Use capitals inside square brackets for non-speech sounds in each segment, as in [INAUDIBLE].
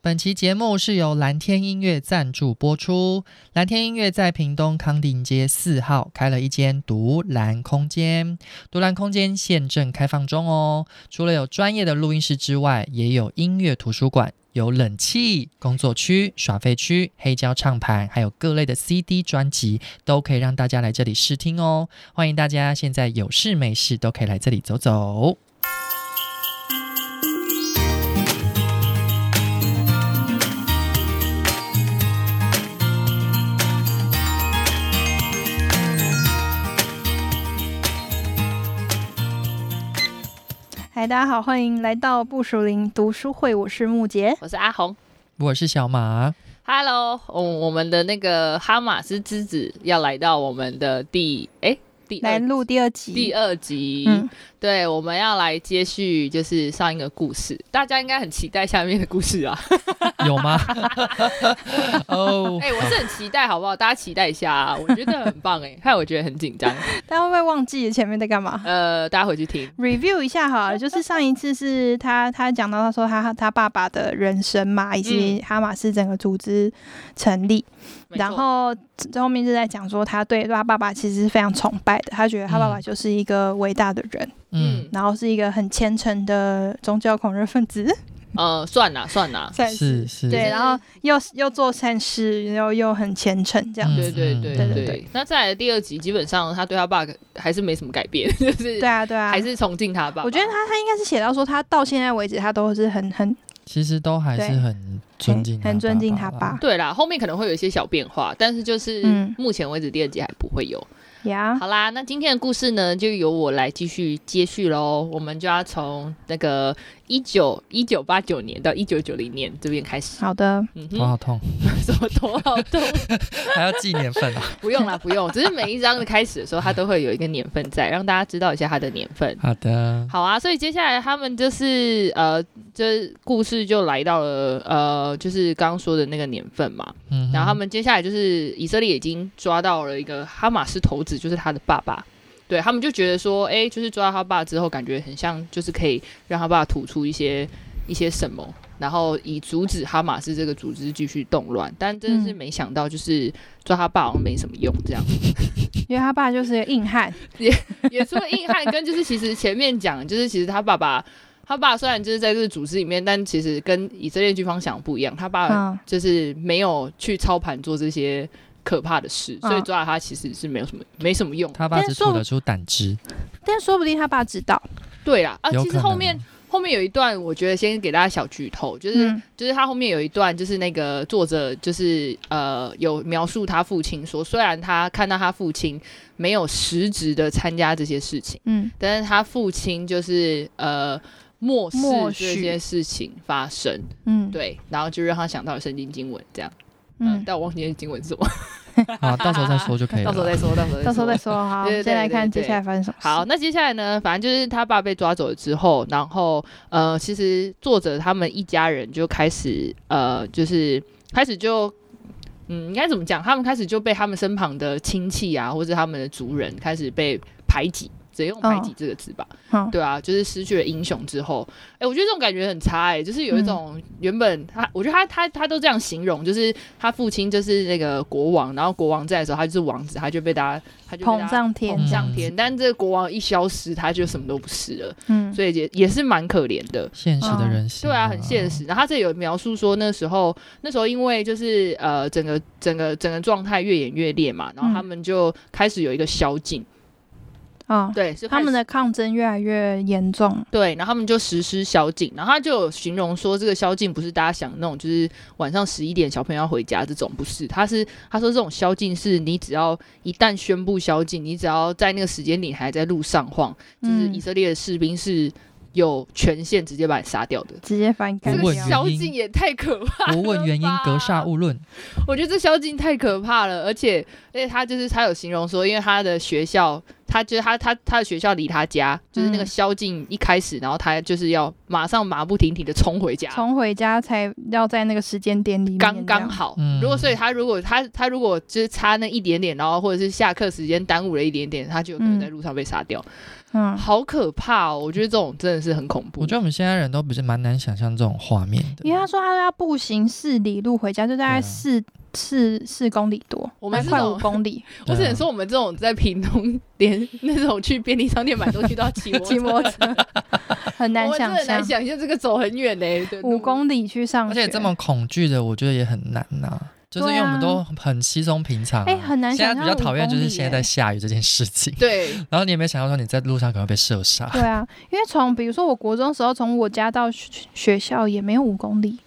本期节目是由蓝天音乐赞助播出。蓝天音乐在屏东康定街四号开了一间独蓝空间，独蓝空间现正开放中哦。除了有专业的录音室之外，也有音乐图书馆。有冷气、工作区、耍废区、黑胶唱盘，还有各类的 CD 专辑，都可以让大家来这里试听哦。欢迎大家现在有事没事都可以来这里走走。嗨，大家好，欢迎来到不熟林读书会，我是木杰。我是阿红。我是小马， Hello，我、我们的那个哈马斯之子要来到我们的第哎、第来二录第二集，第二集，嗯，对，我们要来接续就是上一个故事，大家应该很期待下面的故事 [LAUGHS] 啊。有吗？哦，哎、我是很期待，好不好？大家期待一下、 [LAUGHS] 啊，我觉得很棒哎、害我觉得很紧 [LAUGHS] 张。大家会不会忘记前面在干嘛呃，大家回去听。 ？review 一下 [LAUGHS] 好了，就是上一次是他他讲到他说他他爸爸的人生嘛，以及哈马斯整个组织成立，嗯没错然后这后面就在讲说他对他爸爸其实是非常崇拜的，他觉得他爸爸嗯就是一个伟大的人，嗯，然后是一个很虔诚的宗教狂热分子，呃，算啦算啦，算是是，对，就是然后又又做善事，又又很虔诚这样嗯子。对对对对对对。那再来的第二集，基本上他对他爸还是没什么改变， [LAUGHS] 就是对啊，对啊，还是崇敬他爸爸。我觉得他他应该是写到说，他到现在为止，他都是很很其实都还是对很尊敬他爸爸啦，很尊敬他爸对啦，后面可能会有一些小变化，但是就是嗯目前为止第二集还不会有。呀。好啦，那今天的故事呢，就由我来继续接续喽。我们就要从那个一九一九八九年到一九九零年这边开始。好的，嗯头哼，好痛，什么头好痛？还要记年份啊。不用啦，不用，只是每一章的开始的时候，它都会有一个年份在，让大家知道一下它的年份。 [LAUGHS] 好的，好啊，所以接下来他们就是呃，这故事就来到了呃，就是刚刚说的那个年份嘛。嗯哼，然后他们接下来就是以色列已经抓到了一个哈马斯头子，就是他的爸爸。对他们就觉得说，哎，就是抓到他爸之后，感觉很像，就是可以让他爸吐出一些一些什么，然后以阻止哈马斯这个组织继续动乱。但真的是嗯没想到，就是抓他爸好像没什么用，这样因为他爸就是个硬汉，也除了硬汉跟就是其实前面讲，就是其实他爸爸。他爸虽然就是在这个组织里面，但其实跟以色列军方想的不一样。他爸嗯，就是没有去操盘做这些可怕的事，嗯所以抓了他其实是没有什么没什么用的。他爸但只是我吐得出胆汁，但说不定他爸知道，对啦，啊，有其可实后能面后面有一段，我觉得先给大家小剧透，就是、嗯就是他后面有一段，就是那个作者就是呃有描述他父亲说，虽然他看到他父亲没有实质的参加这些事情，嗯但是他父亲就是呃。漠视默这许些事情发生，嗯，，对，然后就让他想到了圣经经文这样，嗯，嗯，但我忘记经文是什么。好， [LAUGHS] 到时候再说就可以了。 [LAUGHS] 到时候再说，到时候到时候再。说哈，对对对再来看对对接下来发生什么事。好，，那接下来呢？反正就是他爸被抓走了之后，然后呃，其实作者他们一家人就开始呃，就是开始就嗯，应该怎么讲？他们开始就被他们身旁的亲戚啊，或者他们的族人开始被排挤，只能用排挤这个词吧。好，对啊，就是失去了英雄之后，哎、我觉得这种感觉很差哎、就是有一种原本他，我觉得他他他都这样形容，就是他父亲就是那个国王，然后国王在的时候他就是王子，他就被大家他就被大捧家上天，捧上天，但这个国王一消失，他就什么都不是了，嗯，所以也也是蛮可怜的。现实的人性，对啊，很现。实。然后他这里有描述说，那时候那时候因为就是呃，整个整个整个状态越演越烈嘛，然后他嗯们就开始有一个宵禁，啊，对，是哦他们的。的抗争越来越严重，对，然后他们就实施宵禁，然后他就有形容说，这个宵禁不是大家想的那种，就是晚上十一点小朋友要回家这种，不是，他是他说这种宵禁是你只要一旦宣布宵禁，你只要在那个时间点还在路上晃，就是嗯以色列的士兵是有权限直接把你杀掉的。直接翻不盖这个问掉，宵禁也太可怕 [LAUGHS] 了，不问原因，格煞杀勿 [LAUGHS] 论。我觉得这宵禁太可怕了，而且而且他就是他有形容说，因为他的学校，他就是他他他的学校离他家，就是那个嗯宵禁一开始，然后他就是要马上马不停蹄的冲回家，从回家才要在那个时间点里面刚这刚样好嗯。如果所以他如果他他如果就是差那一点点，然后或者是下课时间耽误了一点点，他就有可能嗯在路上被杀掉，嗯，好可怕哦！我觉得这种真的是很恐怖。我觉得我们现在人都不是蛮难想象这种画面的，因为他说他要步行四里路回家，就对大啊概四四四公里多，我们哎是快那五种 [LAUGHS] 公里，我只对能啊说，我们这种在屏东连那种去便利商店买东西都要骑摩 [LAUGHS] 骑摩托车很难我真想的很象难，想象这个走很远呢、的路五公里去上而学，且这么恐惧的，我觉得也很难呐、就是因为我们对啊都很稀松平常、啊，哎很难现在想象比较讨厌就是现在在5下雨这件事情，对，然后你也没想到说你在路上可能会被射杀，对啊，因为从比如说我国中时候从我家到学学校也没有五公里，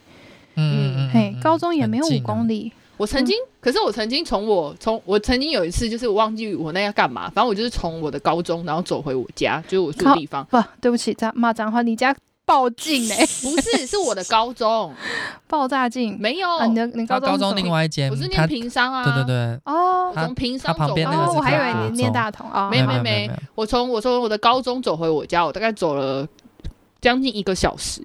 嗯嗯，嘿嗯，高中也没有五公，嗯很近啊里，我曾经，可是我曾经从我从我曾经有一次，就是我忘记我那要干嘛，反正我就是从我的高中，然后走回我家，就是我住的地 [LAUGHS] 方，不，对不起，脏骂脏话，你家爆镜 [LAUGHS] 哎、不是是我的高中，爆炸镜没有，啊！你的你他高中高是中什另么外一间，我是嗯他念平商啊，对对，对，哦我从平商他旁走边那个到是哦，我还以高为中你念大同啊，哦没有没没有有没有没，我从我从我的高中走回我家，我大概走了将近一个小时，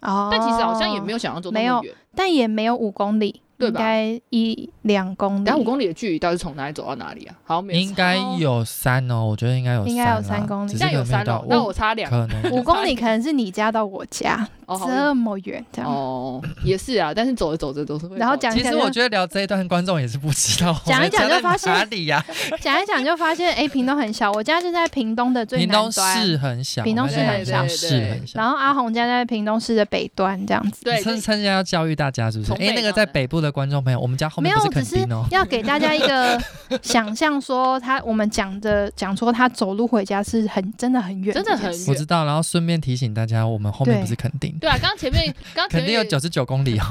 哦，但其实好像也没有想象中那么没远。但也没有五公里，对应吧该一两公里，但五公里的距离到底是从哪里走到哪里啊？好像没应有，该有三哦，我觉得应该有应该有啦三公里只是这样有可能没三到哦，那我差两可能五公里可能是你家到我家哦，好这么远这样。哦，也是啊，但是走着走着都是会然后到讲其起来实就我觉得聊这一段观众也是不知道我讲一们讲家就在发现哪里呀，讲一讲就发现，哎，屏东很小，我家就在屏东的 [LAUGHS] 最屏南东端市，很小，屏东我们市现在很讲小市很小，然后阿红家在屏东市的北端这样子。对，趁趁现在要教育大家是不是？从哎、北那个到在南北部的观众朋友，我们家后没面不有，垦只是。丁哦要给大家一个 [LAUGHS] 想象，说他我们讲的讲说他走路回家是很真的很远这真件的事，很我远知。道，然后顺便提醒大家，我们后面对不是垦丁，对啊，刚前 [LAUGHS] 面刚垦前面丁有九十九公 [LAUGHS] 里哦，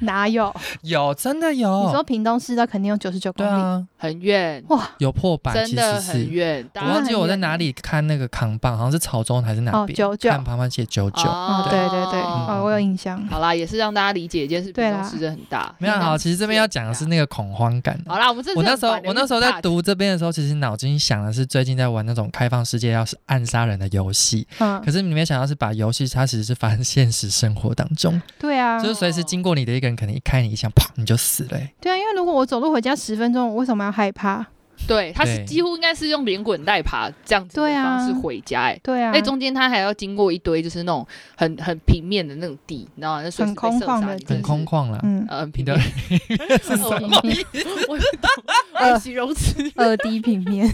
哪有？有真的你说有，屏东市到肯定有九十九公哦对里，啊，很远，哇，有破百，真其的实很是。远。我大家忘记我在很远哪里看那个扛棒，好像是潮州还是哪哦边？九九看旁边写九九，哦，对对对，嗯哦，我有印象。啊好啦，也是让大家理解一件事，对屏啦东市真的很大。没有啊屏东好。其实这边要讲的是市那个恐慌感啊很。大，好啦，我们哦这我次那很时候烦，我那时候在，因为读这边的时候，其实脑筋想的是最近在玩那种开放世界要是暗杀人的游戏，嗯可，是你没想到是把游戏它其实是发生现实生活当中。对啊，哦就是随时经过你的一个人，可能一开你一枪，啪，你就死了、欸。对啊，因为如果我走路回家十分钟，我为什么要害怕？怕对，他是对几乎应该是用连滚带爬这样子的对啊方式回家，哎。对啊，那中间他还要经过一堆就是那种很很平面的那种地，你知道吗？那随时被很空射杀旷的你地真很是空旷啦。嗯，呃，很你平的面 [LAUGHS] 是什么意思？ [LAUGHS] 我也不懂我的形容词二 D 平面，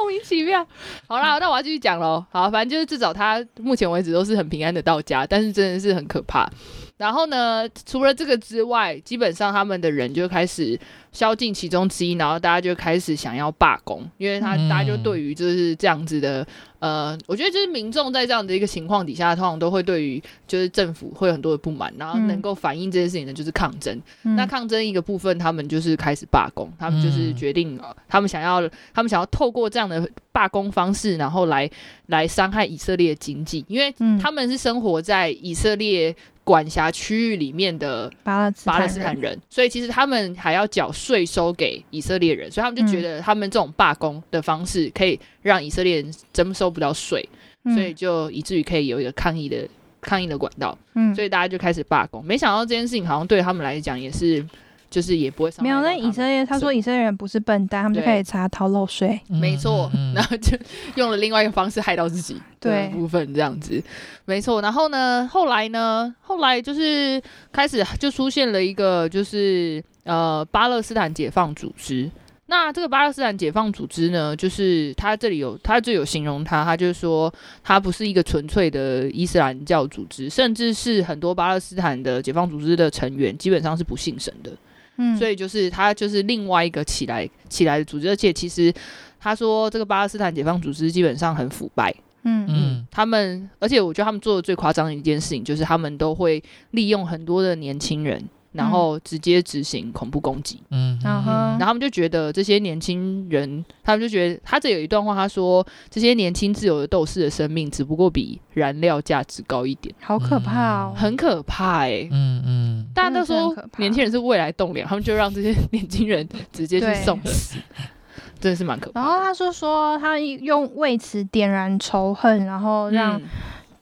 莫名其妙。好啦，那我要继续讲喽。好，反正就是至少他目前为止都是很平安的到家，但是真的是很可怕。然后呢，除了这个之外，基本上他们的人就开始宵禁其中之一，然后大家就开始想要罢工，因为他、嗯大家就对于就是这样子的，呃，我觉得就是民众在这样的一个情况底下，通常都会对于就是政府会有很多的不满，然后嗯能够反映这件事情的就是抗争。 [LAUGHS] 嗯那抗争一个部分，他们就是开始罢工，他们就是嗯决定，呃他们想要，他们想要透过这样的罢工方式，然后来来伤害以色列经济，因为嗯他们是生活在以色列管辖区域里面的巴勒斯巴勒坦斯人坦人，所以其实他们还要缴税收给以色列人，所以他们就觉嗯得他们这种罢工的方式可以让以色列人征收不到税，嗯所以就以至于可以有一个抗议的抗议的管道。嗯所以大家就开始罢工。没想到这件事情好像对他们来讲也是，就是也不会伤害没有，到那他们以色列他说以色列人不是笨蛋，他们就对开始查逃漏税。嗯没错，嗯嗯然后就用了另外一个方式害到 [LAUGHS] 自己的对部分，这样子，没错。然后呢，后来呢，后来就是开始就出现了一个就是呃巴勒斯坦解放组织。那这个巴勒斯坦解放组织呢，就是他这里有他就有形容他，他就是说他不是一个纯粹的伊斯兰教组织，甚至是很多巴勒斯坦的解放组织的成员基本上是不信神的。嗯，所以就是他就是另外一个起来起来的组织，而且其实他说这个巴勒斯坦解放组织基本上很腐败，嗯嗯，他们而且我觉得他们做的最夸张的一件事情就是他们都会利用很多的年轻人，然后直接执行恐怖攻击，嗯，然后嗯然后他们就觉得这些年轻人，他们就觉得他这有一段话，他说这些年轻自由的斗士的生命只不过比燃料价值高一点，好可怕哦嗯。很可怕哎、嗯嗯，大家真的都是说很可怕 [LAUGHS] 年轻人是未来栋梁，他们就让这些年轻人直接去对送死，真的是蛮可怕然的。后他说说他用为此点燃仇恨，然后让嗯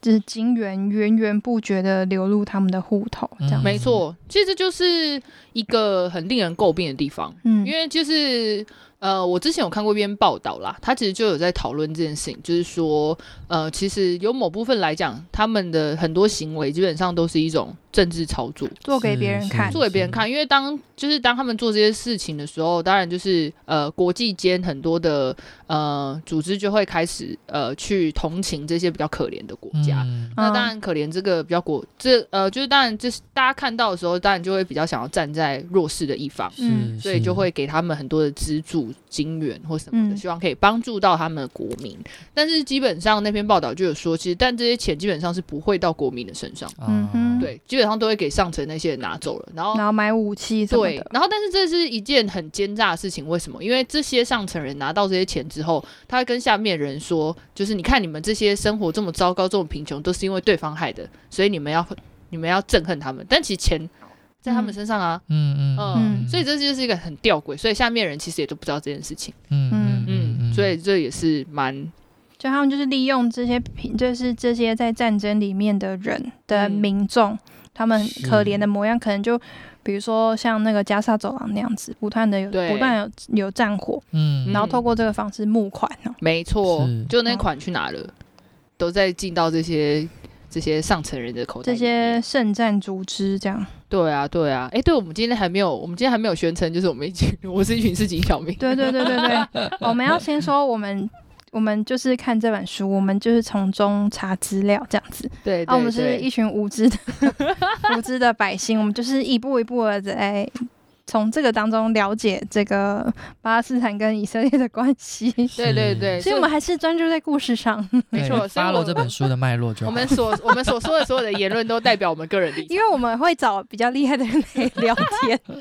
就是金元源源不绝的流入他们的户头，这样嗯。没错，其实这就是一个很令人诟病的地方。嗯因为就是呃，我之前有看过一篇报道啦，他其实就有在讨论这件事情，就是说呃，其实有某部分来讲，他们的很多行为基本上都是一种政治操作，做给别人是看是，做给别人看。因为当就是当他们做这些事情的时候，当然就是呃，国际间很多的呃组织就会开始呃去同情这些比较可怜的国家。嗯那嗯当然，可怜这个比较国，这呃，就是当然，就是大家看到的时候，当然就会比较想要站在弱势的一方。是，嗯所以是就会给他们很多的资助、金援或什么的，嗯希望可以帮助到他们的国民。但是基本上那篇报道就有说，其实但这些钱基本上是不会到国民的身上，嗯哼啊对，基本上都会给上层那些人拿走了。然后然后买武器什么哦对的，，然后但是这是一件很奸诈的事情，为什么？因为这些上层人拿到这些钱之后，他会跟下面人说，就是你看你们这些生活这么糟糕、这么贫穷，都是因为对方害的，所以你们要你们要憎恨他们。但其实钱在他嗯们身上啊，嗯嗯嗯，嗯所以这就是一个很吊诡，所以下面人其实也都不知道这件事情，嗯嗯嗯，所以这也是蛮就他们就是利用这些平，就是这些在战争里面的人的嗯民众，他们是可怜的模样，可能就比如说像那个加沙走廊那样子，不断的有对不断有有战火，嗯然后透过这个方式募款哦、没错是，就那嗯款去哪了，都在进到这些这些上层人的口这袋里面。些圣战组织这样。对啊，对啊，哎，对我们今天还没有，我们今天还没有宣称，就是我们一群， [LAUGHS] 我是一群市井小民。对对对对对，我们要先说我们。我们就是看这本书，我们就是从中查资料这样子。对啊，我们对是一对，群无知的 [LAUGHS] 无知的百姓，我们就是一步一步的在哎从这个当中了解这个巴勒斯坦跟以色列的关系，对对嗯 [LAUGHS] 对，所以我们还是专注在故事上，没错所以发我了这本书的脉络就我好们所我们所说的所有的言论都代表我们个人立 [LAUGHS] 因为我们会找比较厉害的人来聊天。场。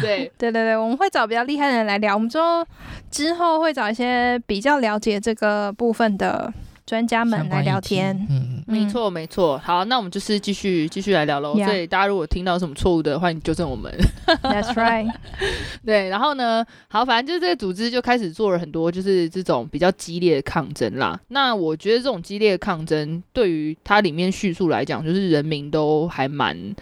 对， [LAUGHS] 对对对，我们会找比较厉害的人来聊，我们之后之后会找一些比较了解这个部分的专家们相关来议聊题天。嗯，没嗯，错没错。好，那我们就是继续继续来聊喽。 Yeah 所以大家如果听到有什么错误的，欢迎纠正我们。 [LAUGHS] That's right。对，然后呢，好，反正就是这个组织就开始做了很多就是这种比较激烈的抗争啦。那我觉得这种激烈的抗争，对于它里面叙述来讲，就是人民都还蛮。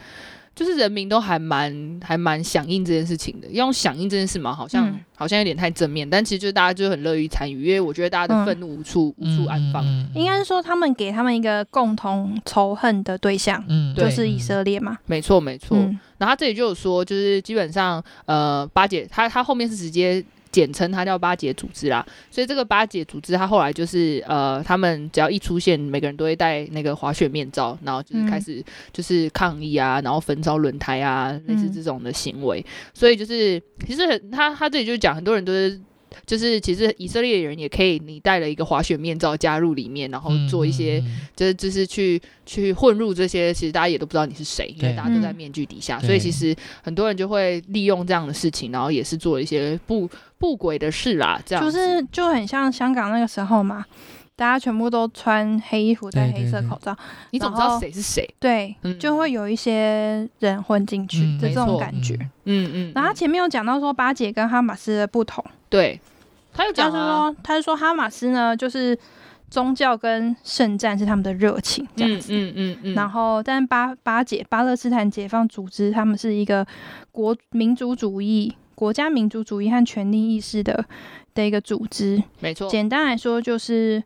就是人民都还蛮还蛮响应这件事情的，要用响应这件事嘛，好像、嗯好像有点太正面，但其实就是大家就很乐于参与，因为我觉得大家嗯的愤怒无处、无处安放。嗯，嗯应该是说他们给他们一个共同仇恨的对象，嗯，就对是以色列嘛。没错没错，嗯然后他这里就有说，就是基本上，呃，巴解他他后面是直接简称他叫巴解组织啦，所以这个巴解组织他后来就是呃，他们只要一出现，每个人都会戴那个滑雪面罩，然后嗯就是开始就是抗议啊，然后焚烧轮胎啊，类嗯似这种的行为，所以就是其实很他他这里就讲，很多人都是。就是其实以色列人也可以，你戴了一个滑雪面罩加入里面，然后做一些嗯嗯嗯就是就是去去混入这些，其实大家也都不知道你是谁，因为对大家都在嗯面具底下，对所以其实很多人就会利用这样的事情，然后也是做一些不不轨的事啦，这样就子是就很像香港那个时候嘛，大家全部都穿黑衣服，戴对黑对色对口罩，你怎么知然道后谁是谁？对，嗯就会有一些人混进去嗯的这没种错感觉。嗯嗯嗯，然后他嗯前面有讲到说巴解跟哈马斯的不同，对，他又他讲是啊，说他是说哈马斯呢就是宗教跟圣战是他们的热情这样嗯子。嗯嗯嗯，然后，但巴巴解巴勒斯坦解放组织，他们是一个国民族主义、国家民族主义和权利意识的的一个组织。没错，简单来说，就是，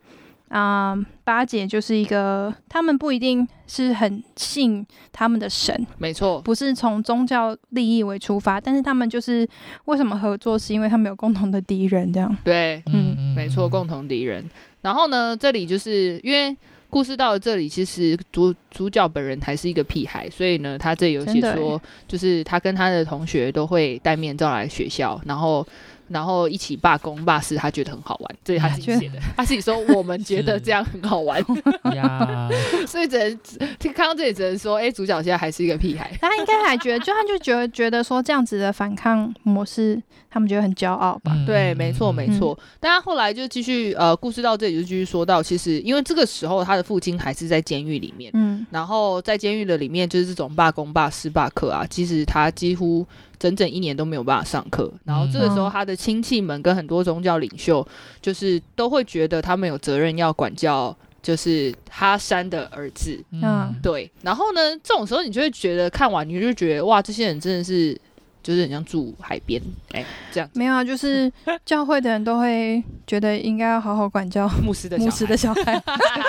啊、巴解就是一个，他们不一定是很信他们的神，没错，不是从宗教利益为出发，但是他们就是为什么合作，是因为他们有共同的敌人，这 [LAUGHS] 样。对，嗯嗯没错，共同敌人。然后呢，这里就是因为故事到了这里，其实主主角本人还是一个屁孩，所以呢，他这里有写真的说，就是他跟他的同学都会戴面罩来学校，然后。然后一起罢工罢市，他觉得很好玩，这是他自己写的。他自己说：“我们觉得是这样很好玩。 [LAUGHS] [LAUGHS] 呀，”所以只能只看到这里，只能说：“哎，主角现在还是一个屁孩。他应该还觉得，就他就觉得觉得说这样子的反抗模式，他们觉得很骄傲吧。嗯对，没错，没嗯错。但他后来就继续呃，故事到这里就继续说到，其实因为这个时候他的父亲还是在监狱里面，嗯，然后在监狱的里面，就是这种罢工、罢师、罢课啊，其实他几乎整整一年都没有办法上课。然后这个时候，嗯他的的亲戚们跟很多宗教领袖，就是都会觉得他们有责任要管教，就是哈山的儿子。嗯对，然后呢，这种时候你就会觉得看完你就觉得哇，这些人真的是就是很像住海 [LAUGHS] 边，哎、这样没有啊，就是 [LAUGHS] 教会的人都会觉得应该要好好管教牧师的牧小师孩，的 [LAUGHS] 小孩， [LAUGHS]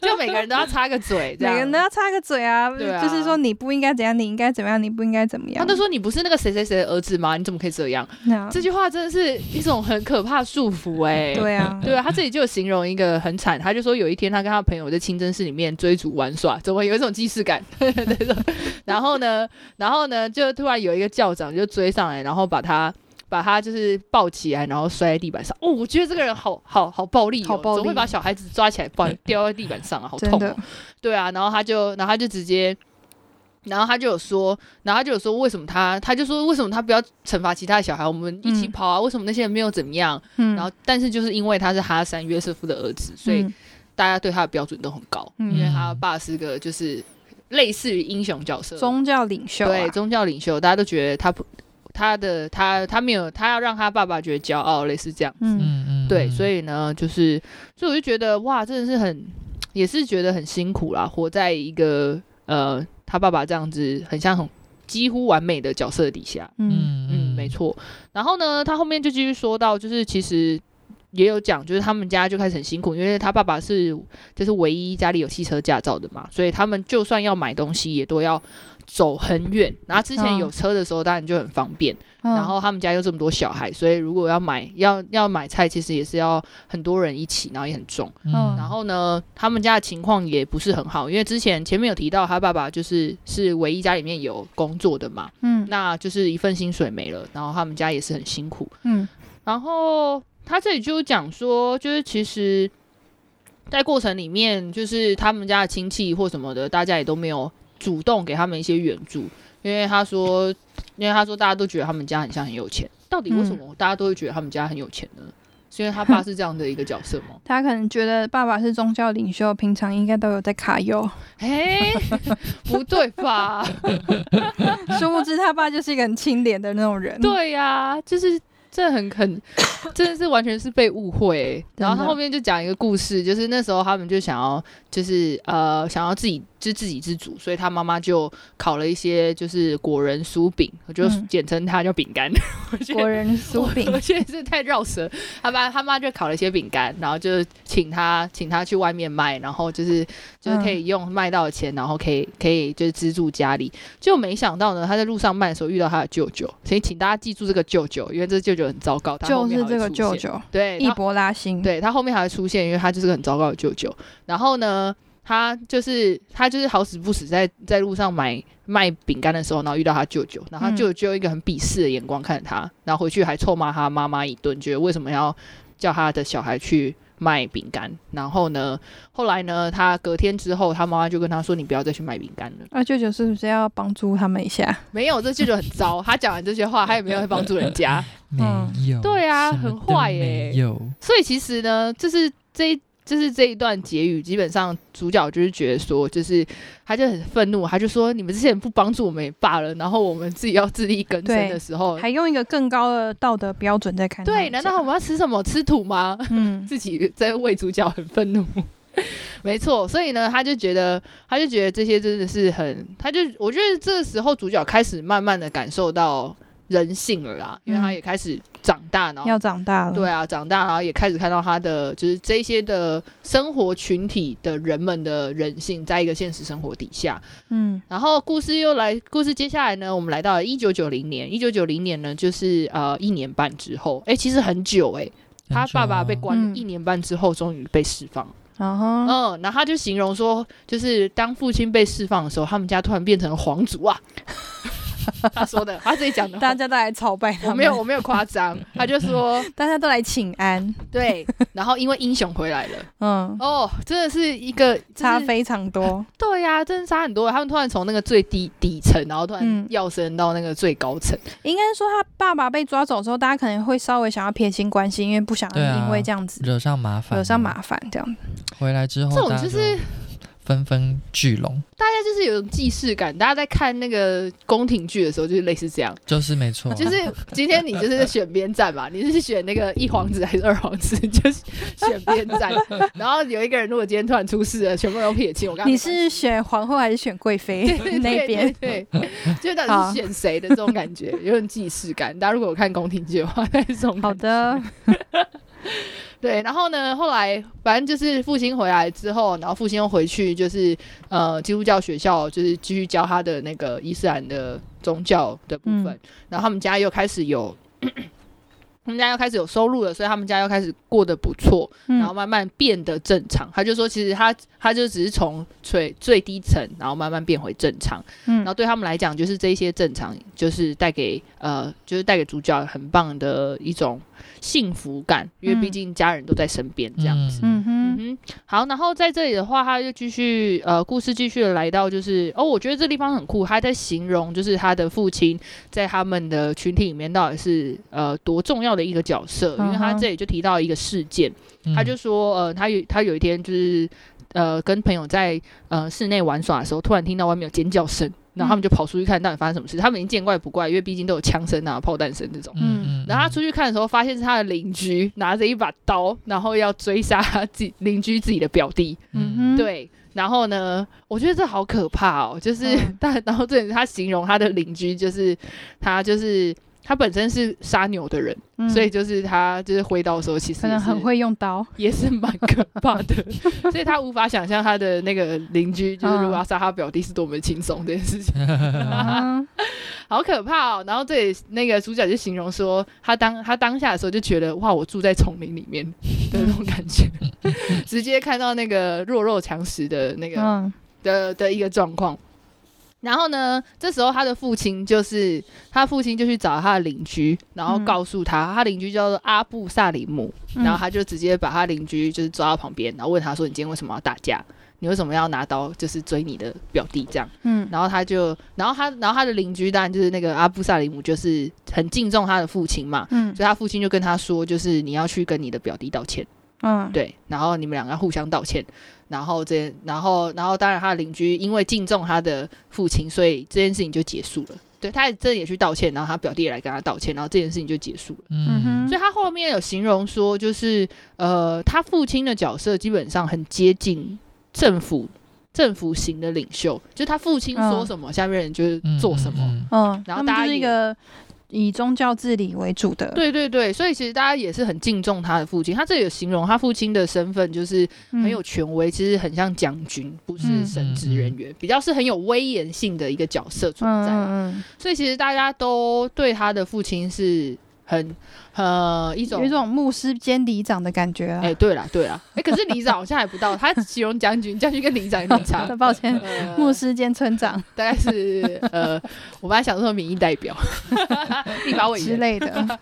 就每个人都要插个嘴，这每样个人都要插个嘴啊，对啊就是说你不应该怎样，你应该怎么样，你不应该怎么样。他就说你不是那个谁谁谁的儿子吗？你怎么可以这样？那这句话真的是一种很可怕的束缚哎、对啊，对啊，他这里就有形容一个很惨，他就说有一天他跟他朋友在清真寺里面追逐玩耍，怎么有一种既视感？ [LAUGHS] 那种然后呢，然后呢，就突然有一个教长就追上来，然后把他把他就是抱起来，然后摔在地板上。哦，我觉得这个人好好好暴力、哦，好暴力总会把小孩子抓起来 [LAUGHS] 抱掉在地板上啊，好真痛、的哦。对啊，然后他就然后他就直接。然后他就有说，然后他就有说，为什么他，他就说为什么他不要惩罚其他的小孩，我们一起嗯跑啊？为什么那些人没有怎么样？嗯，然后，但是就是因为他是哈山约瑟夫的儿子，所以嗯大家对他的标准都很高，嗯因为他爸是个就是类似于英雄角色，宗教领袖啊对宗教领袖，大家都觉得他不他的他他没有他要让他爸爸觉得骄傲，类似这样。嗯嗯嗯，对，所以以呢，就是所以我就觉得哇，真的是很也是觉得很辛苦啦，活在一个呃他爸爸这样子很像很几乎完美的角色底下。嗯嗯，没，错。然后呢，他后面就继续说到，就是其实也有讲，就是他们家就开始很辛苦，因为他爸爸是就是唯一家里有汽车驾照的嘛，所以他们就算要买东西也都要走很远。然后之前嗯有车的时候，当然就很方便。嗯然后他们家又这么多小孩，所以如果要买要要买菜，其实也是要很多人一起，然后也很重。嗯然后呢，他们家的情况也不是很好，因为之前前面有提到他爸爸就是是唯一家里面有工作的嘛，嗯那就是一份薪水没了，然后他们家也是很辛苦。嗯然后他这里就讲说，就是其实，在过程里面，就是他们家的亲戚或什么的，大家也都没有主动给他们一些援助，因为他说，因为他说大家都觉得他们家很像很有钱，到底为什么大家都会觉得他们家很有钱呢？是因为他爸是这样的一个角色吗？他可能觉得爸爸是宗教领袖，平常应该都有在卡 [LAUGHS] 油，哎、不对吧？殊不知他爸就是一个很清廉的那种人。对呀、就是这很很， [COUGHS] 真的是完全是被误会欸、然后真他的后面就讲一个故事，就是那时候他们就想要，就是呃想要自己就自给自足，所以他妈妈就烤了一些就是果仁酥饼，我就嗯简称它叫饼干。 [LAUGHS] 我觉得果仁酥饼我，我现在是太绕舌。他爸他妈就烤了一些饼干，然后就请他请他去外面卖，然后就是就是可嗯以用卖到的钱，然后可以可以就是资助家里。就没想到呢，他在路上卖的时候遇到他的舅舅，所以请大家记住这个舅舅，因为这舅舅很糟糕，他后就面是还这会个出舅现，舅对，易他博拉欣。，对他后面还会出现，因为他就是个很糟糕的舅舅。然后呢，他就是他就是好死不死在在路上买卖饼干的时候，然后遇到他舅舅，然后他嗯舅舅用一个很鄙视的眼光看着他，然后回去还臭骂他妈妈一顿，觉得为什么要叫他的小孩去。卖饼干，然后呢？后来呢？他隔天之后，他妈妈就跟他说：“你不要再去卖饼干了。那舅舅是不是要帮助他们一下？”没有，这舅舅很糟。他讲完这些话，他也没有在帮助人家。嗯没有，对啊什么很都坏没耶有，所以其实呢，就是这一就是这一段结语，基本上主角就是觉得说，就是他就很愤怒，他就说你们这些人不帮助我们也罢了，然后我们自己要自力更生对的时候，还用一个更高的道德标准在看他对，们难这道样我们要吃什么吃土吗？ [LAUGHS] 嗯自己在为主角很愤怒。 [LAUGHS] 没错，所以呢，他就觉得，他就觉得这些真的是很，他就我觉得这时候主角开始慢慢的感受到人性了啦，因为他嗯也开始长大，然后要长大了？对啊，长大然后也开始看到他的就是这些的生活群体的人们的人性，在一个现实生活底下。嗯然后故事又来，故事接下来呢，我们来到一九九零年，一九九零年呢，就是呃一年半之后，哎、其实很久哎、他很爸爸久被哦关了嗯一年半之后，终于被释放。然后、嗯，然后他就形容说，就是当父亲被释放的时候，他们家突然变成了皇族啊。 [LAUGHS] 他说的，他自己讲的 [LAUGHS] 话，大家都来朝拜他们，我没有，我没有 [LAUGHS] 夸张，他就说，大家都来请安，对，然后因为英雄回来了，嗯，哦，真的是一个差，就是非常多。对呀、真的差很多。他们突然从那个最低底层，然后突然嗯跃升到那个最高层， [LAUGHS] 应该说，他爸爸被抓走之后，大家可能会稍微想要撇清关系，因为不想对要啊因为这样子惹上麻烦，啊惹上，麻烦这样子。回来之后这种哦大家就是纷纷聚拢，大家就是有种既视感。大家在看那个宫廷剧的时候，就是类似这样。就是没错，啊就是今天你就是在选边站嘛，你是选那个一皇子还是二皇子，就是选边站。然后有一个人如果今天突然出事了，全部人都撇清。我刚刚你是选皇后还是选贵妃对对 [LAUGHS] 那对边？对对， [LAUGHS] 就到底是选谁的这种感觉，有点既视感。大家如果有看宫廷剧的话，那是这种感觉好的，对，然后呢，后来反正就是父亲回来之后，然后父亲又回去，就是呃基督教学校，就是继续教他的那个伊斯兰的宗教的部分。嗯然后他们家又开始有， [COUGHS] 他们家又开始有收入了，所以他们家又开始过得不错。然后嗯慢慢变得正常。他就说，其实他他就只是从最最低层，然后慢慢变回正常。然嗯后对他们来讲，就是这一些正常，就是带给呃，就是带给主角很棒的一种幸福感，因为毕嗯竟家人都在身边这样子。嗯嗯哼，哼，好，然后在这里的话，他就继续呃，故事继续的来到就是哦，我觉得这地方很酷，他在形容就是他的父亲在他们的群体里面到底是呃多重要的一个角色，因为他嗯哼这里就提到一个事件，嗯他就说，呃，他有他有一天就是，呃，跟朋友在呃室内玩耍的时候，突然听到外面有尖叫声，然后他们就跑出去看到底发生什么事。他们已经见怪不怪，因为毕竟都有枪声啊、炮弹声这种。嗯然后他出去看的时候，发现是他的邻居拿着一把刀，然后要追杀他自己邻居自己的表弟。嗯哼，，对，然后呢，我觉得这好可怕哦，就是、 [LAUGHS] 嗯但然后这里他形容他的邻居，就是他就是他本身是杀牛的人，嗯所以就是他就是挥刀的时候，其实可能也是很会用 [LAUGHS] 刀，也是蛮可怕的， [LAUGHS] 所以他无法想象他的那个邻居，就是如果要杀他表弟是多么轻松这件事情，嗯好可怕哦。然后这里那个主角就形容说，他当他当下的时候就觉得哇，我住在丛林 [LAUGHS] 里面的那种感觉， [LAUGHS] 直接看到那个弱肉强食的那个嗯的的一个状况。然后呢，这时候他的父亲就是他父亲就去找他的邻居，然后嗯告诉他，他邻居叫做阿布萨里姆，然后他就直接把他邻居就是抓到旁边，然后问他说：“你今天为什么要打架？你为什么要拿刀就是追你的表弟这样？”嗯然后他就，然后他，然后他的邻居当然就是那个阿布萨里姆，就是很敬重他的父亲嘛，嗯所以他父亲就跟他说，就是你要去跟你的表弟道歉。嗯，对，然后你们两个互相道歉，然后这，然后，然后当然他的邻居因为敬重他的父亲，所以这件事情就结束了。对，他也真的也去道歉，然后他表弟也来跟他道歉，然后这件事情就结束了。嗯哼所以他后面有形容说，就是呃，他父亲的角色基本上很接近政府政府型的领袖，就他父亲说嗯什么，下面人就是嗯做什么。嗯嗯，然他后们大家就是一也个以宗教治理为主的，对对对，所以其实大家也是很敬重他的父亲。他这里有形容他父亲的身份，就是嗯，很有权威，其实很像将军，不是嗯神职人员，比较是很有威严性的一个角色存在。嗯嗯所以其实大家都对他的父亲是很呃一嗯，种有一。种牧师兼里长的感觉啊。哎、。对了对了，哎、可是里长好像还不到，他形容将军，将军跟里长有点差 [LAUGHS] 抱歉，呃牧师兼村长大概是呃，我本来想说民意 [LAUGHS] 代表、立法委之员，类 [LAUGHS] 的，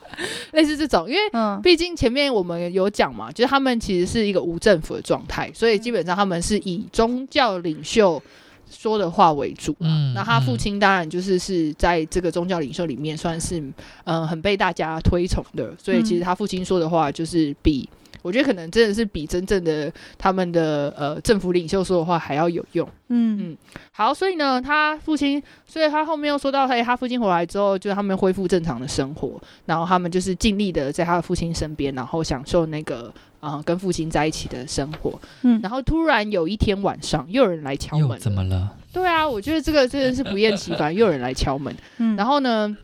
类似这种，因为嗯毕竟前面我们有讲嘛，就是他们其实是一个无政府的状态，所以基本上他们是以宗教领袖说的话为主啦。嗯那他父亲当然就是是在这个宗教领袖里面算是嗯、呃很被大家推崇的，所以其实他父亲说的话就是比。我觉得可能真的是比真正的他们的呃政府领袖说的话还要有用。嗯好，所以呢，他父亲，所以他后面又说到，哎，他父亲回来之后，就是他们恢复正常的生活，然后他们就是尽力的在他的父亲身边，然后享受那个啊、呃跟父亲在一起的生活。嗯然后突然有一天晚上，又有人来敲又门怎。么了？对啊，我觉得这个真的是不厌其烦，又有人来敲门。嗯，然后后呢，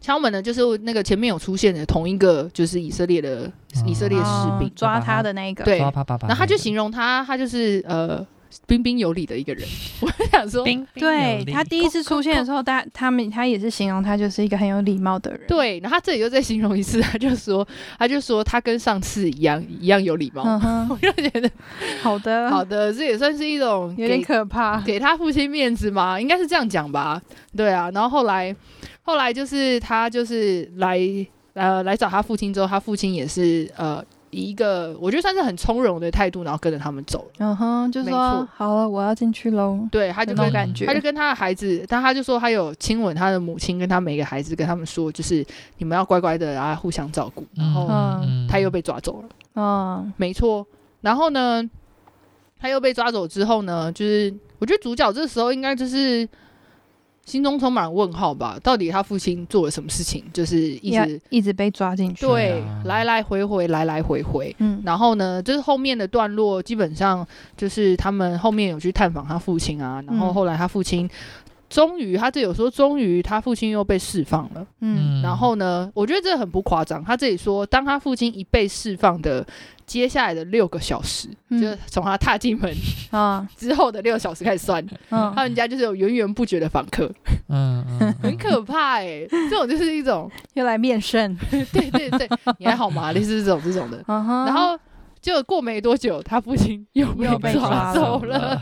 敲门呢，就是那个前面有出现的同一个，就是以色列的以嗯色列士兵。抓他的那一个，对哦抓啪啪啪。然后他就形容他，他就是呃彬彬有礼的一个人。 [LAUGHS] 我想说，冰，对他第一次出现的时候，大他们他也是形容他就是一个很有礼貌的人，，对，然后他这里又再形容一次，他就说，他就说他跟上次一样，一样有礼貌。嗯我哼，就觉 [LAUGHS] 得好的，好的，这也算是一种有点给可怕，给他父亲面子嘛，应该是这样讲吧？对啊，然后后来后来就是他就是来呃来找他父亲之后，他父亲也是呃以一个我觉得算是很从容的态度，然后跟着他们走了。嗯哼，就没说错好了，我要进去喽，对，他就那种跟感觉，他就跟他的孩子，但他就说他有亲吻他的母亲，跟他每个孩子跟他们说，就是你们要乖乖的，然后互相照顾。然后嗯他又被抓走了，嗯没错。然后呢，他又被抓走之后呢，就是我觉得主角这时候应该就是心中充满问号吧，到底他父亲做了什么事情，就是一要直一直被抓进去。对对啊来来回回，来来回回。嗯，然后呢，就是后面的段落，基本上就是他们后面有去探访他父亲啊，然后嗯后来他父亲终于，他这有说终于他父亲又被释放了。嗯然后呢，我觉得这很不夸张。他这里说，当他父亲一被释放的接下来的六个小时，嗯就是从他踏进门 [LAUGHS] 啊之后的六个小时开始算，哦嗯他们家就是有源源不绝的访客，嗯，嗯很可怕哎、这种就是一种， [LAUGHS] 又来面圣，对对对，你还好吗？类似这种这种的。嗯哼然后就过没多久，他父亲 [LAUGHS] 又又被 [LAUGHS] 抓抓走了。，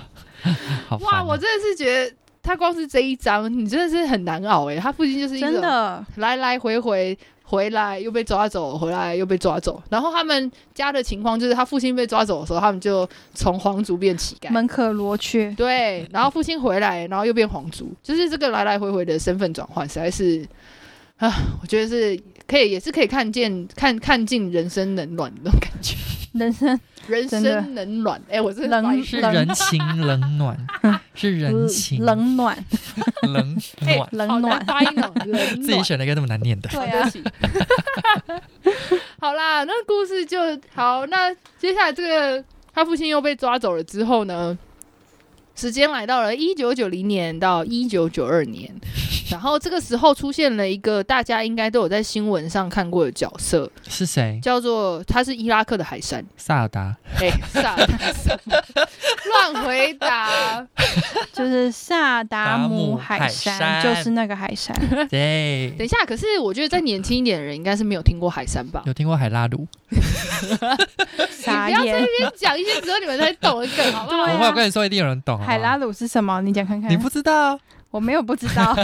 好哇，烦我哦真的是觉得他光是这一张，你真的是很难熬哎、他父亲就是一真种的，来来回回回来又被抓走，回来又被抓走。然后他们家的情况就是，他父亲被抓走的时候，他们就从皇族变乞丐。门可罗雀，对，然后父亲回来，然后又变皇族，就是这个来来回回的身份转换，实在是啊，我觉得是可以，也是可以看见看看尽人生冷暖的那种感觉。人生人真的生冷暖，哎、我真的冷白是痴冷人情冷暖， [LAUGHS] 是人情冷暖，冷哎暖，冷好暖难，发音哦， [LAUGHS] 冷自己暖。选了一个那么难念的。对 [LAUGHS] 对不啊，起。好啦，那故事就好。那接下来这个他父亲又被抓走了之后呢？时间来到了一九九零年到一九九二年，然后这个时候出现了一个大家应该都有在新闻上看过的角色，是谁？叫做他是伊拉克的海山，萨尔 [LAUGHS] 达。哎、萨乱回答，就是萨达姆海达山，姆海山就是那个 [LAUGHS] 海山，对等，一下，可是我觉得再年轻一点的人应该是没有听过海山吧？有听过海拉鲁？傻你不要在眼。那边讲一些只有你们才懂的梗，好不好对？啊我话跟你说，一定有人懂。好不好啊海拉，鲁是什么？你讲看看你。不知道？我没有不知 [LAUGHS] 道，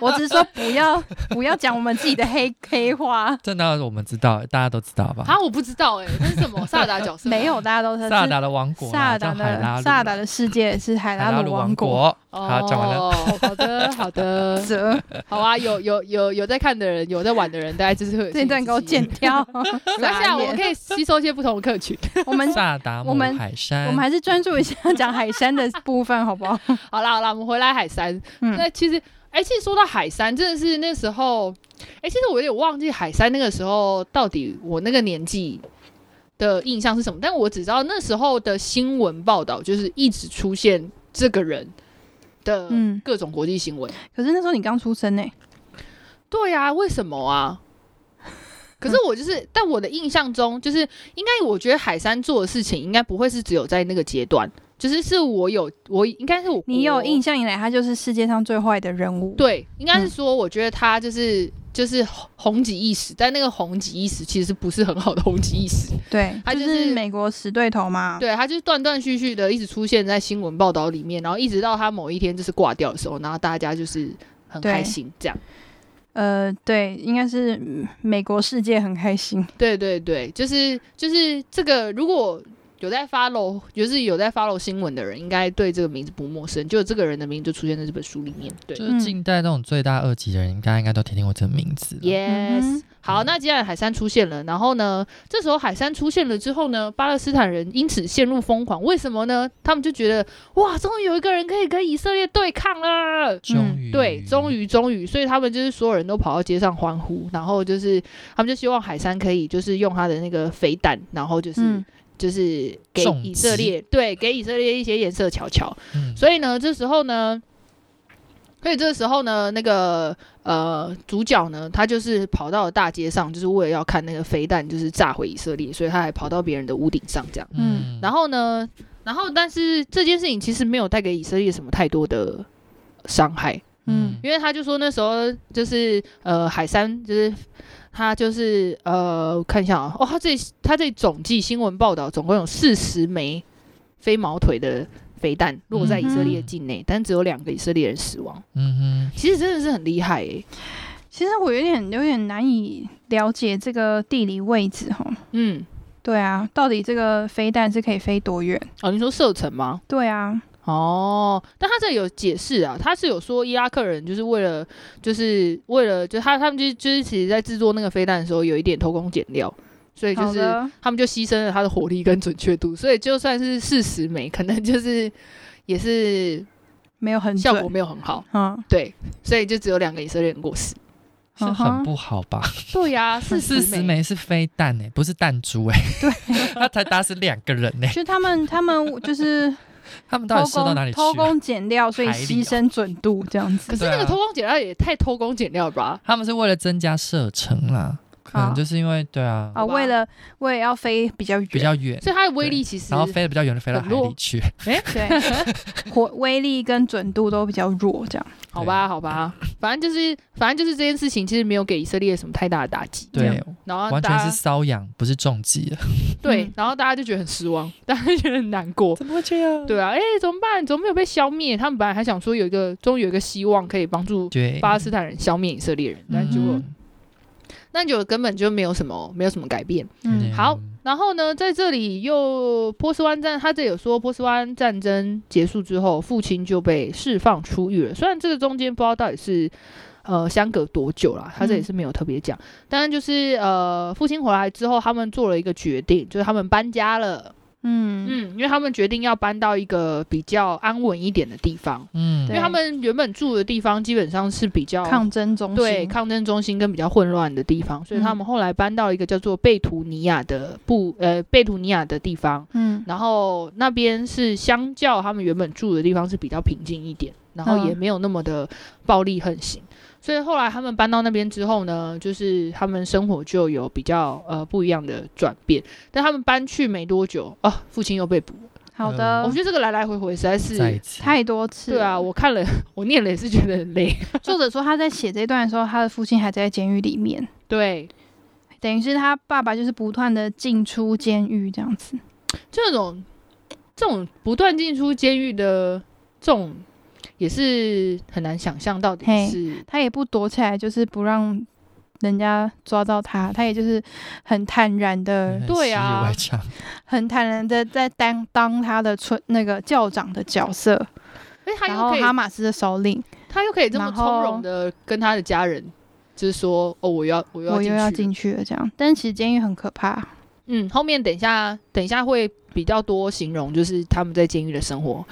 我只是说不要不要讲我们自己的黑黑话。这哪有我们知道？大家都知道吧？啊，我不知道哎、欸，那是什么萨尔达角 [LAUGHS] 色？没有，大家都是萨尔达的王国萨啦，尔叫达海拉的鲁。萨尔达的世界是海海拉鲁鲁王国。国。哦。好，讲完了。 [LAUGHS] 好的，[LAUGHS] 好的，折好啊。有有有有在看的人，有在玩的人，大概就是会有这段给我信剪息。掉，没关系啊，傻我眼们可以吸收一些不同的客群。 [LAUGHS] 我们萨尔达姆我们海我山们，还是专注一下讲海山的部分，好不好？好啦好啦，我们回来海山。嗯那其实，哎、其实说到海山，真的是那时候，哎、其实我有点忘记海山那个时候到底我那个年纪的印象是什么，但我只知道那时候的新闻报道就是一直出现这个人的嗯各种国际新闻。可是那时候你刚出生呢、对呀、为什 [LAUGHS] 么啊？可是我就是，但我的印象中，就是应该，我觉得海山做的事情，应该不会是只有在那个阶段，就是是我有，我应该是我你有印象象以嗯来，他就是世界上最坏的人物。，对，应该是说，我觉得他就是、就是红极一时，但那个红极一时其实不是很好的红极 [LAUGHS] 一时，对，他就就是是美国死对头嘛。对他就是断断续续的一直出现在新闻报道里面，然后一直到他某一天就是挂掉的时候，然后大家就是很对开心这样。呃，对，应该是嗯美国世界很开心。对对对，就是就是这个，如果有在 follow，就是有在 follow 新闻的人，应该对这个名字不陌生。就这个人的名字就出现在这本书里面。对就是近代那种最大二级的人，应该应该都听听过这个名字了。 ，yes、嗯好，那既然海山出现了，然后呢，这时候海山出现了之后呢，巴勒斯坦人因此陷入疯狂。为什么呢？他们就觉得哇，终于有一个人可以跟以色列对抗嗯了。终于，对，终于，终于，所以他们就是所有人都跑到街上欢呼，然后就是他们就希望海山可以就是用他的那个肥弹，然后就是、嗯就是给重以色击列对给以色列一些颜色瞧瞧。嗯，所以呢，这时候呢，所以这时候呢，那个呃主角呢，他就是跑到了大街上，就是为了要看那个飞弹就是炸毁以色列，所以他还跑到别人的屋顶上这样。嗯，然后呢，然后但是这件事情其实没有带给以色列什么太多的伤害，嗯因为他就说那时候就是呃海山就是。他就是呃，我看一下啊，哦，他这他这总计新闻报道总共有四十枚飞毛腿的飞弹落在以色列嗯境内，但只有两个以色列人死亡。嗯其实真的是很厉害诶、其实我有点有点难以了解这个地理位置哈。嗯，对啊，到底这个飞弹是可以飞多远？哦，你说射程吗？对啊，哦，但他这里有解释啊，他是有说伊拉克人就是为了，就是为了，就他他们就就是其实在制作那个飞弹的时候有一点偷工减料，所以就好是的，他们就牺牲了他的火力跟准确度，所以就算是事实美，可能就是也是没有很效果准，没有很好。嗯，对，所以就只有两个以色列人过世。是很不好吧？对呀、事四十美，枚是飞弹诶、不是弹珠诶、对， [LAUGHS] 他才打死两个人呢、就他们他们就是他们 [LAUGHS] 到偷底射到哪工里去、偷啊？工减料，所以海里牺哦牲准度这样子可。是那对啊个偷工减料也太偷工减料了吧？他们是为了增加射程啦，可能就是因为对啊，啊，吧为了为了要飞比较远，比较远，所以它的威力其实然后飞得比较远，飞到海很里弱去。对，火威力跟准度都比较弱，这样。好吧，好吧，反正就是反正就是这件事情，其实没有给以色列什么太大的打击。这样对，然后完全哦大是家瘙痒，不是重击了。对嗯，然后大家就觉得很失望， [LAUGHS] 大家就觉得很难过。怎么会这样？对啊，哎、怎么办？怎么没有被消灭？他们本来还想说有一个，终于有一个希望可以帮助对，巴勒斯坦人消灭以色列人，但嗯结果嗯但结果根本就没有什么没有什么改变。嗯，好，然后呢，在这里又波斯湾战，他这里有说波斯湾战争结束之后，父亲就被释放出狱了。虽然这个中间不知道到底是呃相隔多久啦，他这嗯里是没有特别讲。但是就是呃，父亲回来之后，他们做了一个决定，就是他们搬家了。嗯嗯，因为他们决定要搬到一个比较安稳一点的地方，嗯因对为他们原本住的地方基本上是比较抗争中心，对抗争中心跟比较混乱的地方，所以他嗯们后来搬到一个叫做贝图尼亚的布呃贝图尼亚的地方，嗯然后那边是相较他们原本住的地方是比较平静一点，然后嗯也没有那么的暴力横行。所以后来他们搬到那边之后呢，就是他们生活就有比较呃不一样的转变。但他们搬去没多久啊，父亲又被捕了。好嗯的我觉，得这个来来回回实在是，再一次， [LAUGHS] 太多次了。对啊，我看了 [LAUGHS] 我念了也是觉得很累。 [LAUGHS] 作者说他在写这段的时候，他的父亲还在监狱里面，对，等于是他爸爸就是不断的进出监狱这样子。这种这种不断进出监狱的这种，也是很难想象到底嘿是他也不躲起来，就是不让人家抓到他，他也就是很坦然的、嗯对啊习以为常很坦然的在担当他的村那个教长的角色，哎，他然又后可以，哈马斯的首领，他又可以这么然后从容的跟他的家人，就是说，哦，我要，我又要我进又去要了进去了这样。但其实监狱很可怕，嗯，后面等一下，等一下会比较多形容，就是他们在监狱的生活。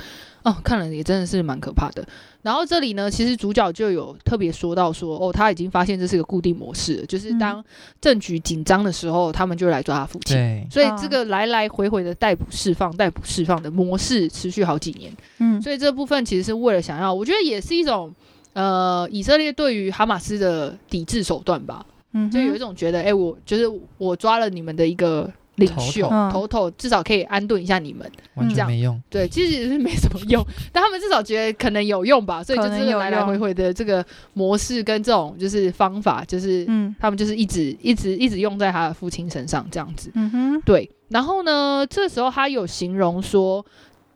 哦，看了也真的是蛮可怕的。然后这里呢，其实主角就有特别说到说，哦，他已经发现这是个固定模式了，就是嗯当政局紧张的时候，他们就来抓他父亲。对，所以嗯这个来来回回的逮捕释放、逮捕释放的模式持续好几年，嗯，所以这部分其实是为了想要，我觉得也是一种呃以色列对于哈马斯的抵制手段吧，嗯哼，就有一种觉得，哎、我就是我抓了你们的一个领袖头头嗯头头，至少可以安顿一下你们。完这全样没用。对，其实也是没什么用，但他们至少觉得可能有用吧，所以就可这能有个来来用回回的这个模式跟这种就是方法，就是嗯他们就是一直一直一直用在他的父亲身上这样子。嗯哼，对，然后呢，这时候他有形容说，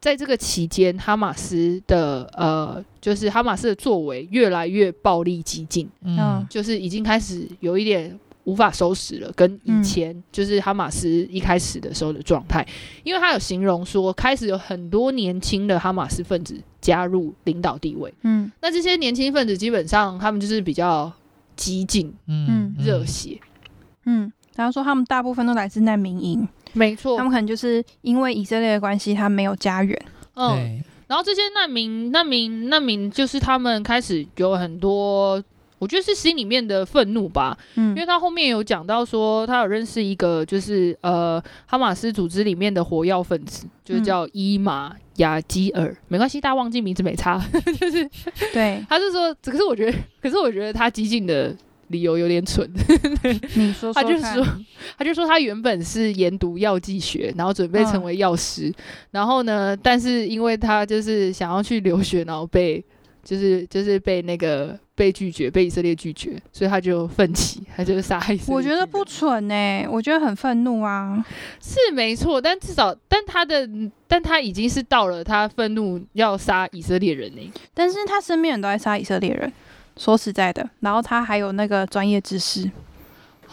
在这个期间，哈马斯的呃，就是哈马斯的作为越来越暴力激进，嗯嗯，就是就是已经开始有一点无法收拾了，跟以嗯前、就是哈马斯一开始的时候的状态。因为他有形容说，开始有很多年轻的哈马斯分子加入领导地位，嗯那这些年轻分子基本上他们就是比较激进、嗯热血，嗯。然后说他们大部分都来自难民营，没他错们，可能就是因为以色列的关系，他没有家园。嗯，对，然后这些难民、难民、难民，就是他们开始有很多，我觉得是心里面的愤怒吧，嗯因为他后面有讲到说，他有认识一个就是呃哈马斯组织里面的活跃分子，就是叫伊玛雅基尔，没关系，大家忘记名字没差， [LAUGHS] 就是对，他是说，可是我觉得，可是我觉得他激进的。理由有点蠢，你说他说就看说， [LAUGHS] 他就说他原本是研读药剂学，然后准备成为药师，然后呢，但是因为他就是想要去留学，然后被就是就是被那个被拒绝，被以色列拒绝，所以他就奋起，他就杀害以色列我觉得军人不蠢哎、我觉得很愤怒啊。是没错，但至少但他的但他已经是到了他愤怒要杀以色列人呢、但是他身边人都在杀以色列人，说实在的，然后他还有那个专业知识，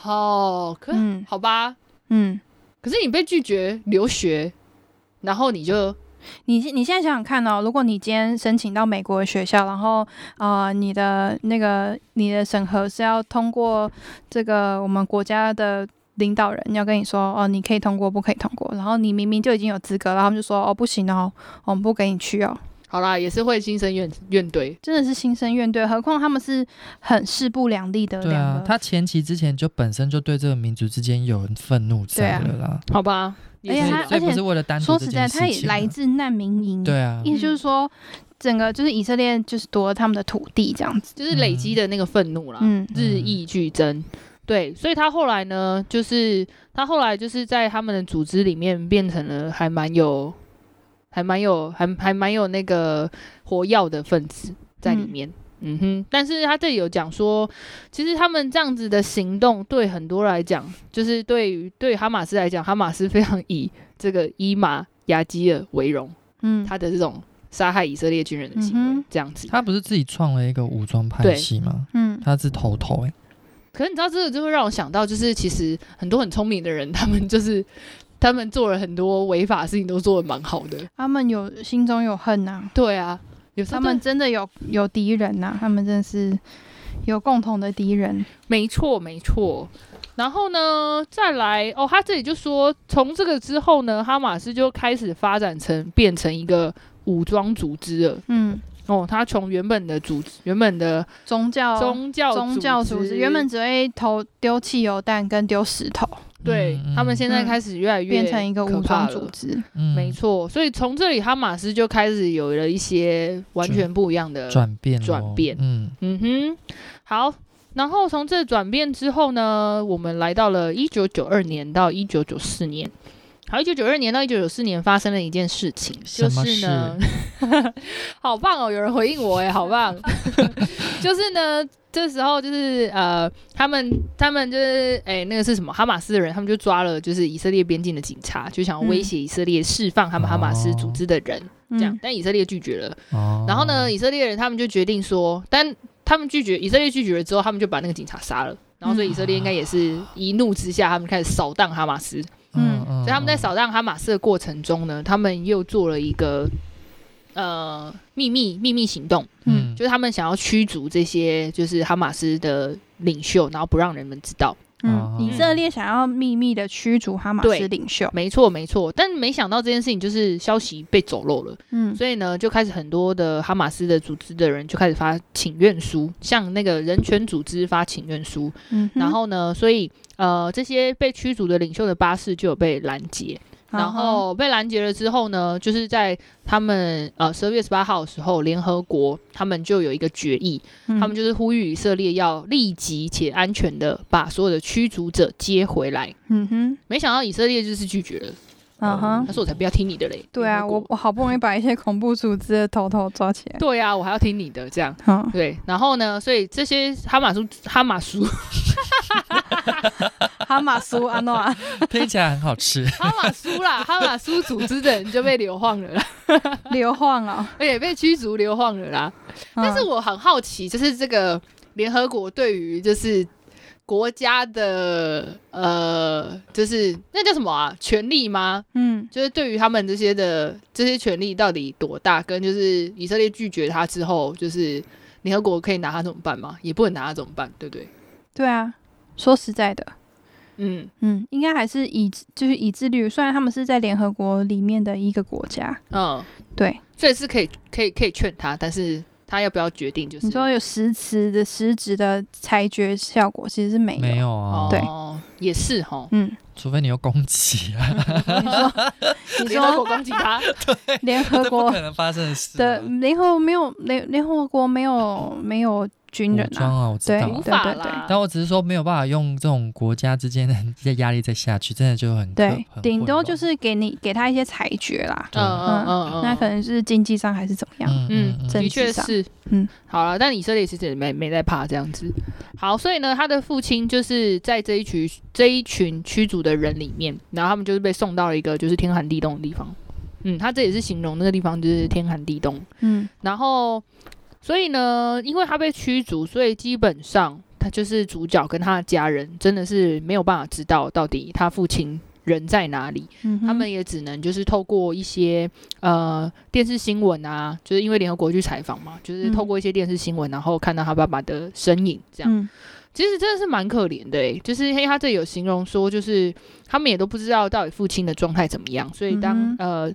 哦，可、嗯好吧，嗯，可是你被拒绝留学，然后你就你现你现在想想看哦，如果你今天申请到美国的学校，然后呃，你的那个你的审核是要通过这个我们国家的领导人要跟你说哦，你可以通过，不可以通过，然后你明明就已经有资格了，然后他们就说哦，不行哦，我们不给你去哦，好啦，也是会心生怨怨怼。真的是心生怨怼。何况他们是很势不两立的对两啊个，，他前期之前就本身就对这个民族之间有愤怒在了啦，好吧，而且也是他所以不而是且为了单独说这实件在，事他也情啊来自难民营，对啊，意思就是说，整个就是以色列就是夺了他们的土地这样子，就是累积的那个愤怒啦，嗯日益剧增。对，所以他后来呢，就是他后来就是在他们的组织里面变成了还蛮有、还蛮有、还还蛮有那个活药的分子在里面。嗯哼，但是他这里有讲说，其实他们这样子的行动对很多来讲，就是对于对于哈马斯来讲，哈马斯非常以这个伊玛雅基尔为荣，嗯，他的这种杀害以色列军人的行为，嗯哼这样子。他不是自己创了一个武装派对系吗？嗯他是头头哎、可是你知道，这个就会让我想到，就是其实很多很聪明的人，他们就是他们做了很多违法的事情，都做的蛮好的。他们有心中有恨呐、对啊，有时他候们对真的有有敌人呐、他们真的是有共同的敌人。没错没错。然后呢，再来哦，他这里就说，从这个之后呢，哈马斯就开始发展成变成一个武装组织了。嗯，哦，他从原本的组织，原本的宗教哦宗教宗教组织原本只会投丢汽油弹跟丢石头，对、嗯他们现在嗯开始越来越变成一个可武怕装了组织。嗯没错，所以从这里哈马斯就开始有了一些完全不一样的，转变咯转变嗯，嗯哼，好。然后从这转变之后呢，我们来到了一九九二年到一九九四年。好，一九九二年到一九九四年发生了一件事情，什就么是呢， [LAUGHS] 好棒哦，有人回应我哎，好棒！ [LAUGHS] 就是呢，这时候就是呃，他们他们就是哎，那个是什么哈马斯的人，他们就抓了就是以色列边境的警察，就想要威嗯胁以色列释放他们哈马斯组织的人，嗯这样，但以色列拒绝了。哦，然后呢，以色列人他们就决定说，但他们拒绝以色列拒绝了之后，他们就把那个警察杀了。然后，所以嗯以色列应该也是一怒之下，他们开始扫荡哈马斯。嗯，嗯嗯所以他们在，扫荡哈马斯的过程中呢，他们又做了一个呃秘密秘密行动，嗯，就是他们想要驱逐这些就是哈马斯的领袖，然后不让人们知道。哦嗯，以色列想要秘密的驱逐哈马斯对领袖。没错，没错。但没想到这件事情就是消息被走漏了。嗯所以呢，就开始很多的哈马斯的组织的人就开始发请愿书，向那个人权组织发请愿书。嗯哼，然后呢，所以呃，这些被驱逐的领袖的巴士就有被拦截。嗯然后被拦截了之后呢，就是在他们呃十二月十八号的时候，联合国他们就有一个决议，嗯他们就是呼吁以色列要立即且安全的把所有的驱逐者接回来。嗯哼没想到以色列就是拒绝了，嗯哼他，说我才不要听你的嘞。对啊，联合我国我好不容易把一些恐怖组织的头头抓起来。对啊，我还要听你的这样。 [LAUGHS] 嗯，对，然后呢，所以这些哈马苏哈马 [LAUGHS] 苏哈马苏安诺啊， [LAUGHS] 听起来很好吃，哈马苏啦，哈马苏组织的人就被流放 [LAUGHS] 了啦， [LAUGHS] 流放哦。而且被驱逐流放了啦。但是嗯我很好奇，就是这个联合国对于就是国家的呃，就是那叫什么啊，权利吗？嗯就是对于他们这些的这些权利到底多大，跟就是以色列拒绝他之后，就是联合国可以拿他怎么办吗？也不能拿他怎么办，对不对？对啊，说实在的，嗯，嗯，应该还是以就是以自律，虽然他们是在联合国里面的一个国家，嗯，对，所以是可以可以可以劝他，但是他要不要决定就是你说有实质的实质的裁决效果其实是没有，。没有哦啊，，也是哈嗯，除非你有攻击啊，你说你联合说国攻 [LAUGHS] 击他，联合这不国可能发生的事啊的，联合国没有联联合国没有没有军武人装啊，啊，我知对道无啊。法对对啦。但我只是说没有办法用这种国家之间的 [LAUGHS] 压力再下去，真的就很可对，很顶混多乱就是给你给他一些裁决啦，对嗯嗯嗯，那可能是经济上还是怎么样，嗯嗯政的治确上是，嗯嗯，好了，但以色列其实也没没在怕这样子。好，所以呢，他的父亲就是在这一群这一群驱逐的人里面，然后他们就是被送到了一个就是天寒地冻的地方。嗯，他这也是形容那个地方就是天寒地冻。嗯然后，所以呢，因为他被驱逐，所以基本上他就是主角跟他的家人真的是没有办法知道到底他父亲人在哪里，嗯哼他们也只能就是透过一些呃电视新闻啊，就是因为联合国去采访嘛，就是透嗯过一些电视新闻，然后看到他爸爸的身影这样。嗯其实真的是蛮可怜的诶、就是因为他这里有形容说，就是他们也都不知道到底父亲的状态怎么样，所以当、嗯哼呃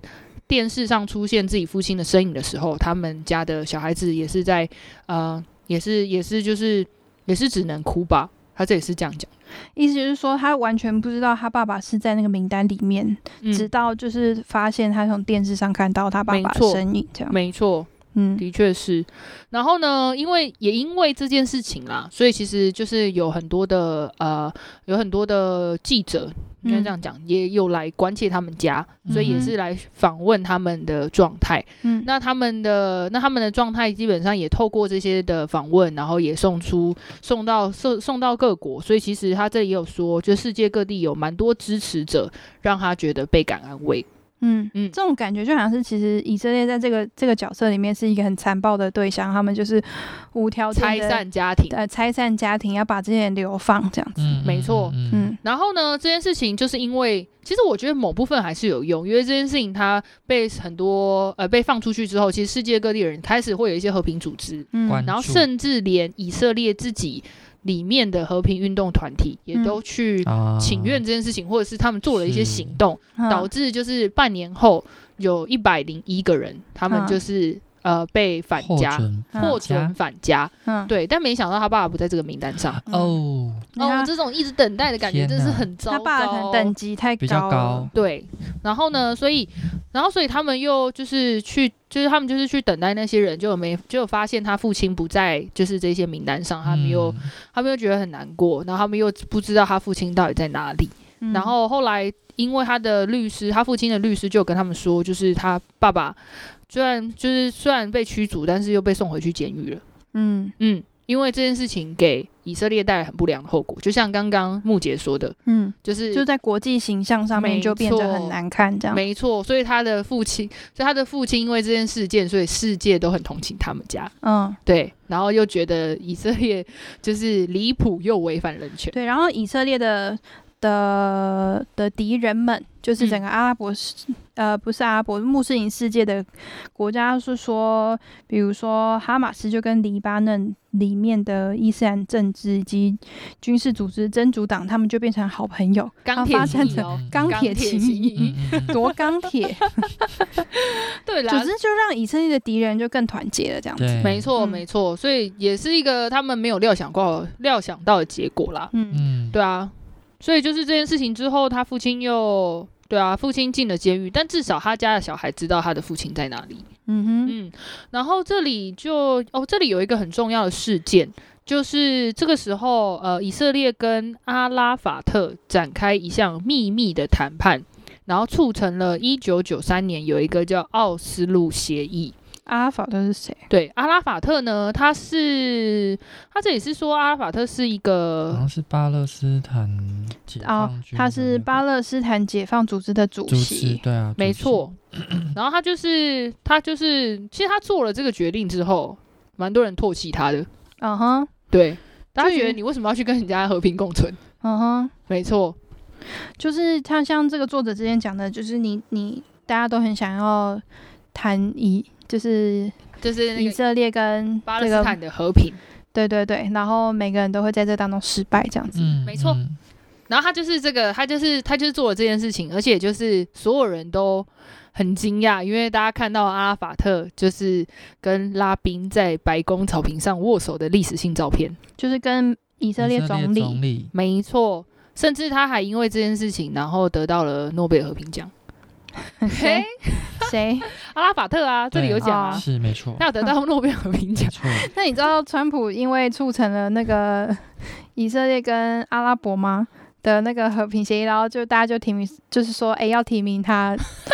电视上出现自己父亲的身影的时候，他们家的小孩子也是在呃也是也是就是也是只能哭吧，他这也是这样讲，意思就是说，他完全不知道他爸爸是在那个名单里面，直嗯，到就是发现他从电视上看到他爸没爸的错身影，这样，没错，嗯的确是。然后呢，因为也因为这件事情啦，所以其实就是有很多的呃，有很多的记者。应嗯该这样讲，也有来关切他们家，所嗯以也是来访问他们的状态。嗯，那他们的那他们的状态基本上也透过这些的访问，然后也送出送到送送到各国，所以其实他这里也有说，就世界各地有蛮多支持者，让他觉得倍感安慰。嗯嗯嗯，这种感觉就好像是其实以色列在这个这个角色里面是一个很残暴的对象，他们就是无条件拆哦的散家庭，呃拆散家庭，要把这些人流放这样子。嗯，没错嗯，嗯嗯然后呢，这件事情就是因为，其实我觉得某部分还是有用，因为这件事情它被很多呃被放出去之后，其实世界各地的人开始会有一些和平组织，嗯关然后注甚至连以色列自己里面的和平运动团体嗯也都去啊，请愿这件事情，或者是他们做了一些是行动，嗯导致就是半年后有一百零一个人，他们嗯就是呃被返获家。准嗯获返家准返家，嗯，对，但没想到他爸爸不在这个名单上。嗯哦，哦，他这种一直等待的感觉天真是哪很糟糕。他爸可能等级太比较高了高，对，然后呢，所以，然后所以他们又就是去，就是他们就是去等待那些人，就没就发现他父亲不在，就是这些名单上，他们又、嗯他们又觉得很难过，然后他们又不知道他父亲到底在哪里。嗯然后后来，因为他的律师，他父亲的律师就有跟他们说，就是他爸爸虽然就是虽然被驱逐，但是又被送回去监狱了。嗯嗯，因为这件事情给以色列带来很不良的后果，就像刚刚木姐说的，嗯，就是就在国际形象上面没就变得很错难看这样。没错，所以他的父亲，所以他的父亲因为这件事件，所以世界都很同情他们家，嗯，对，然后又觉得以色列就是离谱又违反人权，对，然后以色列的的的敌人们，就是整嗯个阿拉伯世、呃不是阿拉伯穆斯林世界的国家，是说，比如说哈马斯就跟黎巴嫩里面的伊斯兰政治以及军事组织真主党，他们就变成好朋友，钢铁发之生翼哦嗯，钢铁情情谊嗯嗯 [LAUGHS] [LAUGHS] 嗯夺嗯钢铁，对总啦之。就让以色列的敌人就更团结了，这样子。对，没错，嗯没错，所以也是一个他们没有料想过、料想到的结果啦。嗯嗯，对啊，所以就是这件事情之后，他父亲又对啊，父亲进了监狱，但至少他家的小孩知道他的父亲在哪里。嗯哼，嗯，然后这里就哦，这里有一个很重要的事件，就是这个时候，呃，以色列跟阿拉法特展开一项秘密的谈判，然后促成了1993年有一个叫奥斯陆协议。阿拉法特是谁？对，阿拉法特呢，他是他这里是说阿拉法特是一好个像是巴勒斯坦解哦放，军他的是那巴个勒斯坦解放组织的主主持，席。对啊，没主持，错， [CLEARS THROAT] 然后他就是他就是，其实他做了这个决定之后，蛮多人唾弃他的，嗯哼，对，大家就觉是得你为什么要去跟人家和平共存？嗯哼。没错，就是他像这个作者之前讲的，就是你你大家都很想要谈以，就是就是那以个色列跟巴勒这斯个坦的和平。对对对，然后每个人都会在这当中失败这样子。嗯，没错嗯，然后他就是这个，他就是他就是做了这件事情，而且就是所有人都很惊讶，因为大家看到阿拉法特就是跟拉宾在白宫草坪上握手的历史性照片。就是跟以色列总理，总理没错，甚至他还因为这件事情，然后得到了诺贝尔和平奖。 [LAUGHS] 谁嘿，谁？阿拉法特啊，这里有讲对啊哦，是没错他，有得到诺贝尔和平没奖。错，那你知道川普因为促成了那个 [LAUGHS] 以色列跟阿拉伯吗的那个和平协议，然后就大家就提名，就是说，哎、要提名他 [LAUGHS]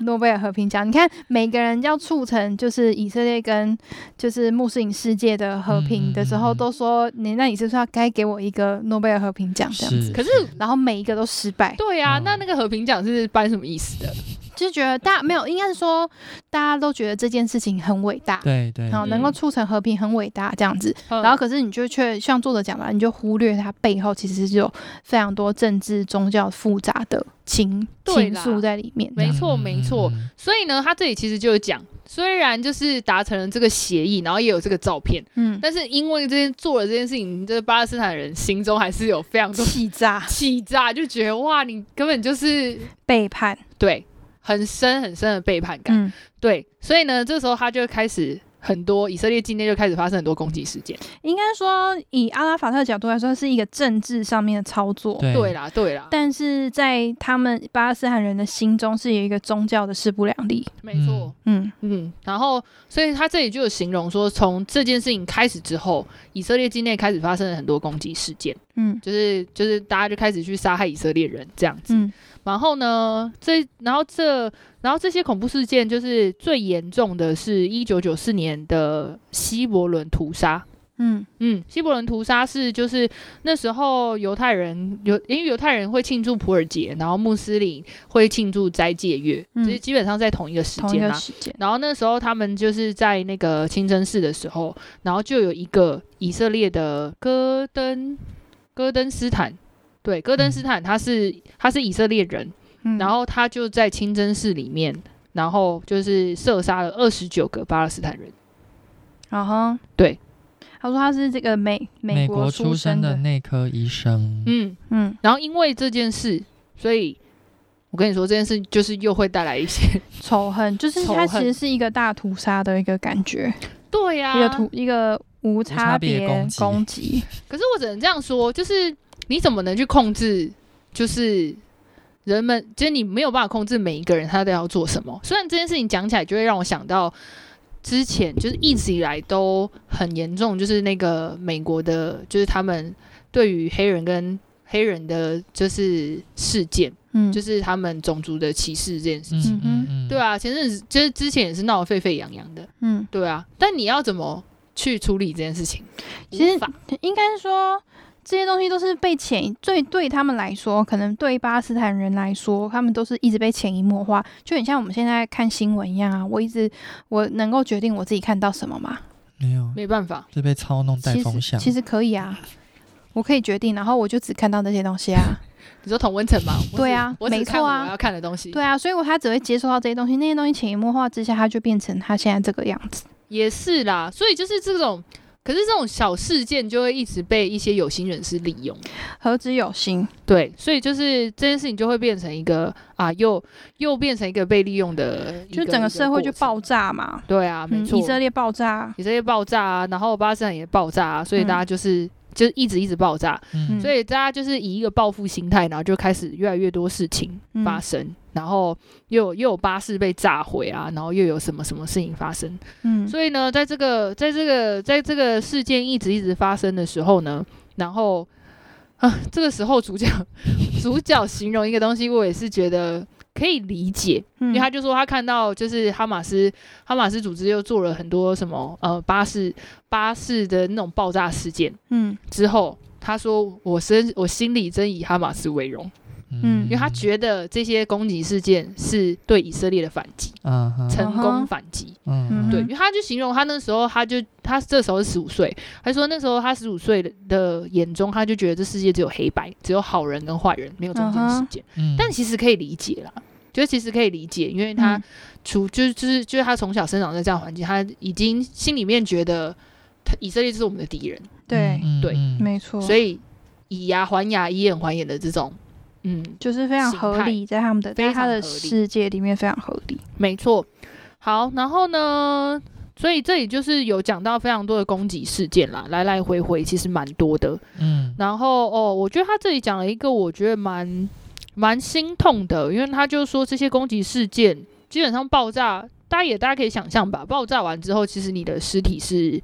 诺贝尔和平奖。你看，每个人要促成就是以色列跟就是穆斯林世界的和平的时候，嗯嗯嗯都说你那你是不是要该给我一个诺贝尔和平奖这样子？是，可是然后每一个都失败，对啊，嗯那那个和平奖是颁什么意思的？就是觉得大家没有，应该是说大家都觉得这件事情很伟大，对对嗯然后能够促成和平很伟大这样子。嗯然后可是你就却像作者讲的，你就忽略它背后其实是有非常多政治、宗教复杂的情对情啦愫在里面。没错没错嗯嗯嗯所以呢，他这里其实就有讲，虽然就是达成了这个协议，然后也有这个照片，嗯，但是因为这件做了这件事情，这巴勒斯坦人心中还是有非常多 [LAUGHS] 气炸、气炸，就觉得哇，你根本就是背叛，对很深很深的背叛感。嗯，对，所以呢，这时候他就开始很多以色列境内就开始发生很多攻击事件。应该说以阿拉法特的角度来说，是一个政治上面的操作。对对啦，对啦，但是在他们巴勒斯坦人的心中是有一个宗教的势不两立，没错。嗯，嗯，然后，所以他这里就有形容说，从这件事情开始之后，以色列境内开始发生了很多攻击事件，嗯就是就是大家就开始去杀害以色列人这样子。嗯然后呢，这然后这然后这些恐怖事件，就是最严重的是一九九四年的希伯伦屠杀。嗯嗯，希伯伦屠杀是就是那时候犹太人犹因为犹太人会庆祝普尔节，然后穆斯林会庆祝斋戒月，嗯就是基本上在同一个时同一间啊个啦。时间，然后那时候他们就是在那个清真寺的时候，然后就有一个以色列的戈登戈登斯坦，对，戈登斯坦他是、他是以色列人，嗯然后他就在清真寺里面，然后就是射杀了二十九个巴勒斯坦人。然后对，他说他是这个美美国国出出生生的，内科医生，嗯，嗯，然后因为这件事，所以我跟你说这件事就是又会带来一些， [LAUGHS] 仇恨就是仇他恨其实是一个大屠杀的一个感觉，对呀、一个屠一个无差差别别攻击攻击，可是我只能这样说，就是你怎么能去控制，就是。人们就是你没有办法控制每一个人他都要做什么。虽然这件事情讲起来就会让我想到之前，就是一直以来都很严重，就是那个美国的，就是他们对于黑人跟黑人的就是事件，嗯，就是是他们种族的歧视这件事情。嗯嗯嗯，对，啊，前阵子就是之前也是闹得沸沸扬扬的，嗯，对啊。但你要怎么去处理这件事情？其实无法应该说。这些东西都是被潜移最对他们来说，可能对巴勒斯坦人来说，他们都是一直被潜移默化，就很像我们现在看新闻一样啊。我一直我能够决定我自己看到什么吗？没有，没办法，这被操弄带其风实向，其实可以啊，我可以决定，然后我就只看到那些东西啊。你说同温层嘛？我只对啊我只没看错啊我要看的东西。对啊，所以我他只会接收到这些东西，那些东西潜移默化之下，他就变成他现在这个样子。也是啦。所以就是这种，可是这种小事件就会一直被一些有心人士利用。何止有心，对，所以就是这件事情就会变成一个啊，又又变成一个被利用的一就个，整个社会就一爆炸嘛，个过程。对啊，没嗯，错，以色列爆炸，以色列爆炸啊，然后巴勒斯坦也爆炸啊，所以嗯大家就是、就一直一直爆炸。嗯所以大家就是以一个报复心态，然后就开始越来越多事情嗯发生，然后又有又有巴士被炸毁啊，然后又有什么什么事情发生。嗯，所以呢，在这个在这个在这个事件一直一直发生的时候呢，然后啊，这个时候主角 [LAUGHS] 主角形容一个东西，我也是觉得。可以理解，因因为他就说他看到就是哈马斯，哈马斯组织又做了很多什么呃巴士巴士的那种爆炸事件，嗯之后，他说：“我身我心里真以哈马斯为荣，嗯因为他觉得这些攻击事件是对以色列的反击，啊哈，成嗯功哼反击。嗯对，嗯因为他就形容他那时候，他就他这时候是十五岁，他说那时候他十五岁的眼中，他就觉得这世界只有黑白，只有好人跟坏人，没有中间世界。嗯但其实可以理解啦。”就其实可以理解，因为他嗯除、就是就是就是他从小生长在这样的环境，他已经心里面觉得他以色列就是我们的敌人，嗯对，对没错，嗯所以以以牙还牙，以眼还眼的这种，嗯，就是非常形合态理，在他们的非在他常的合理世界里面非常合理。没错。好，然后呢，所以这里就是有讲到非常多的攻击事件啦，来来回回其实蛮多的。嗯然后哦，我觉得他这里讲了一个我觉得蛮蛮心痛的，因为他就说这些攻击事件基本上爆炸，大家也大家可以想象吧，爆炸完之后，其实你的尸体是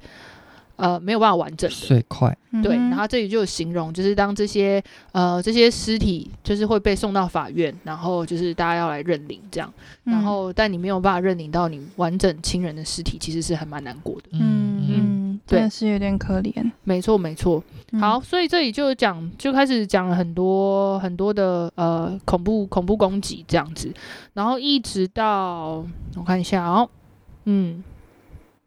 呃没有办法完整的。碎块，对，嗯哼然后这里就有形容，就是当这些呃这些尸体就是会被送到法院，然后就是大家要来认领这样，然嗯后但你没有办法认领到你完整亲人的尸体，其实是还蛮难过的。嗯嗯嗯，真的是有点可怜。没错，没错。嗯好，，所以这里就讲，就开始讲了很多很多的呃恐怖恐怖攻击这样子，然后一直到我看一下哦，嗯，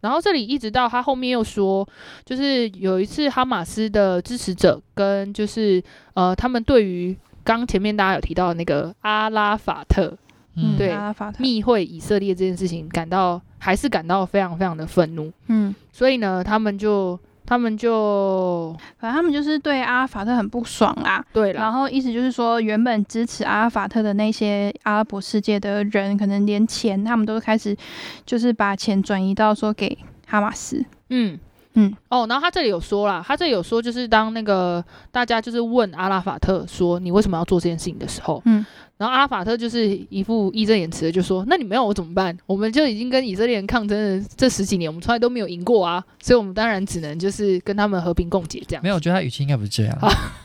然后这里一直到他后面又说，就是有一次哈马斯的支持者跟就是呃他们对于刚前面大家有提到的那个阿拉法 [LAUGHS] 特嗯，对阿拉法特，密会以色列这件事情感到还是感到非常非常的愤怒，嗯，所以呢，他们就他们就反正他们就是对阿拉法特很不爽啦。对了然。后意思就是说，原本支持阿拉法特的那些阿拉伯世界的人，可能连钱他们都开始就是把钱转移到说给哈马斯。嗯嗯，哦，然后他这里有说啦，他这里有说，就是当那个大家就是问阿拉法特说你为什么要做这件事情的时候，嗯，然后阿拉法特就是一副义正言辞的就说，那你没有我怎么办？我们就已经跟以色列人抗争了这十几年，我们从来都没有赢过啊，所以我们当然只能就是跟他们和平共解这样没。有，我觉得他语气应该不是这样，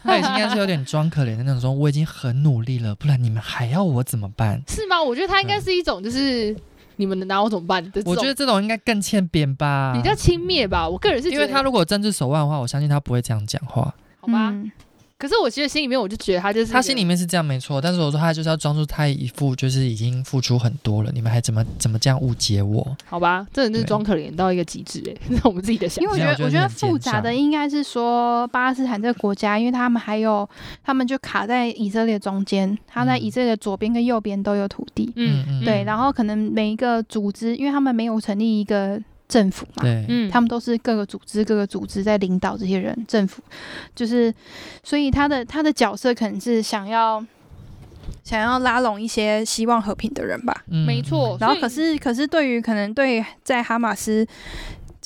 他语气应该是有点装可怜的那种，说我已经很努力了，不然你们还要我怎么办？是吗？我觉得他应该是一种就是、你们能拿我怎么办的这种，我觉得这种应该更欠扁吧，比较轻蔑吧。我个人是因觉为得他如果政治手腕的话，我相信他不会这样讲话。好吧，嗯可是我其实心里面我就觉得他就是他心里面是这样没错，但是我说他就是要装出他一副就是已经付出很多了，你们还怎么怎么这样误解我？好吧，真的是装可怜到一个极致哎、欸， [LAUGHS] 是我们自己的想因为我觉没有得，我我觉得觉得很奸复杂的诈应该是说巴勒斯坦这个国家，因为他们还有他们就卡在以色列中间，他在嗯以色列的左边跟右边都有土地。嗯嗯对，后然后可能每一个组织，因为他们没有成立一个政府嘛，对，嗯他们都是各个组织、各个组织在领导这些人，政府就是，所以他的他的角色可能是想要想要拉拢一些希望和平的人吧。嗯没嗯错然后哦所可以是可是对于可能对在哈马斯，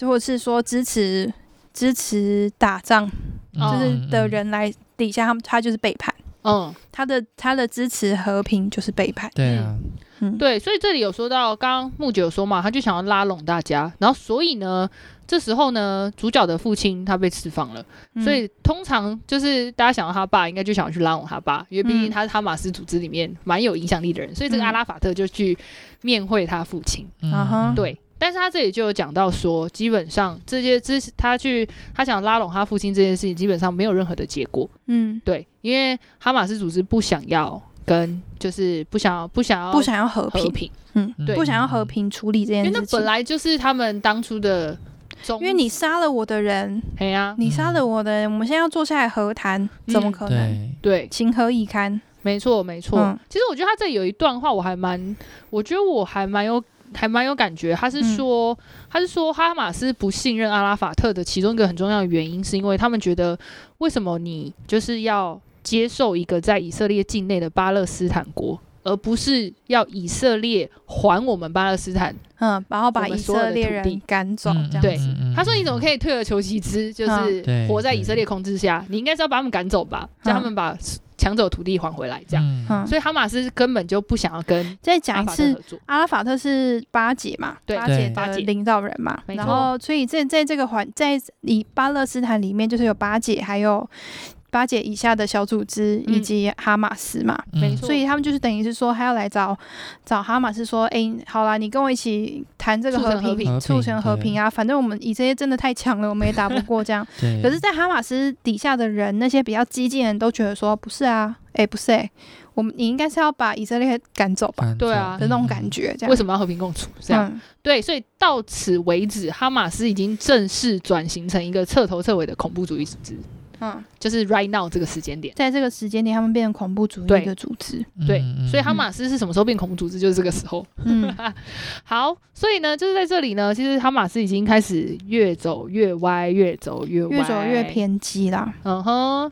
或者是说支持支持打仗嗯哦就是的，人来底下，他们他就是背叛。嗯他的他的支持和平就是背叛，对啊，嗯，，对，所以这里有说到，刚刚木姐有说嘛，他就想要拉拢大家，然后所以呢，这时候呢，主角的父亲他被释放了，嗯所以通常就是大家想到他爸，应该就想要去拉拢他爸，因为毕竟嗯他是哈马斯组织里面蛮有影响力的人，所以这个嗯阿拉法特就去面会他父亲。嗯啊哈嗯对，但是他这里就有讲到说，基本上这些这他去他想拉拢他父亲这件事情，基本上没有任何的结果。嗯，对，因为哈马斯组织不想要跟，就是不想要不想要不想要和哦和平，平，嗯对不想要和，平处理这因件为事那情，本来就是他们当初的宗旨。因为你杀了我的人，哎呀、你杀了我的人，我们现在要坐下来和谈，怎么可能？对，嗯嗯对，情何以堪？没错没错。嗯其实我觉得他这里有一段话，我还蛮，我觉得我还蛮有。还蛮有感觉，他是嗯说，他是说哈马斯不信任阿拉法特的其中一个很重要的原因，是因为他们觉得为什么你就是要接受一个在以色列境内的巴勒斯坦国，而不是要以色列还我们巴勒斯坦嗯，然后我把们以所有的色列土地人赶走，嗯这样对子。他说：“你怎么可以？以退而求其次，就嗯是对活在以色列控制下？你应该是要把他们赶走吧，叫他啊们把抢走土地还回来。”这样，样嗯所以哈马斯根本就不想要跟再阿讲一法特次合，作。阿拉法特是巴解嘛，对巴解对巴的解领导人嘛。没然错后，所以在在这个环，在以巴勒斯坦里面，就是有巴解，还有巴解以下的小组织嗯以及哈马斯嘛。嗯没错所以他们就是等于是说，他要来找找哈马斯说，哎、好啦，你跟我一起谈这个促成和平促成和平啊，反正我们以色列真的太强了，我们也打不过这样。对，可是，在哈马斯底下的人，那些比较激进的人都觉得说，不是啊，哎、不是、哎，我们你应该是要把以色列赶走吧反对啊正的那种感，觉，这样。为什么要和平共处？这样嗯对，所以到此为止，哈马斯已经正式转型成一个彻头彻尾的恐怖主义组织，嗯，就是 right now 这个时间点。在这个时间点，他们变成恐怖主义对的组 [LAUGHS] 织。嗯对嗯，嗯所以哈马斯是什么时候变恐怖组织？就是这个时候。嗯好，所以呢，就是在这里呢，其实哈马斯已经开始越走越歪，越走越歪，越走越偏激啦。嗯哼，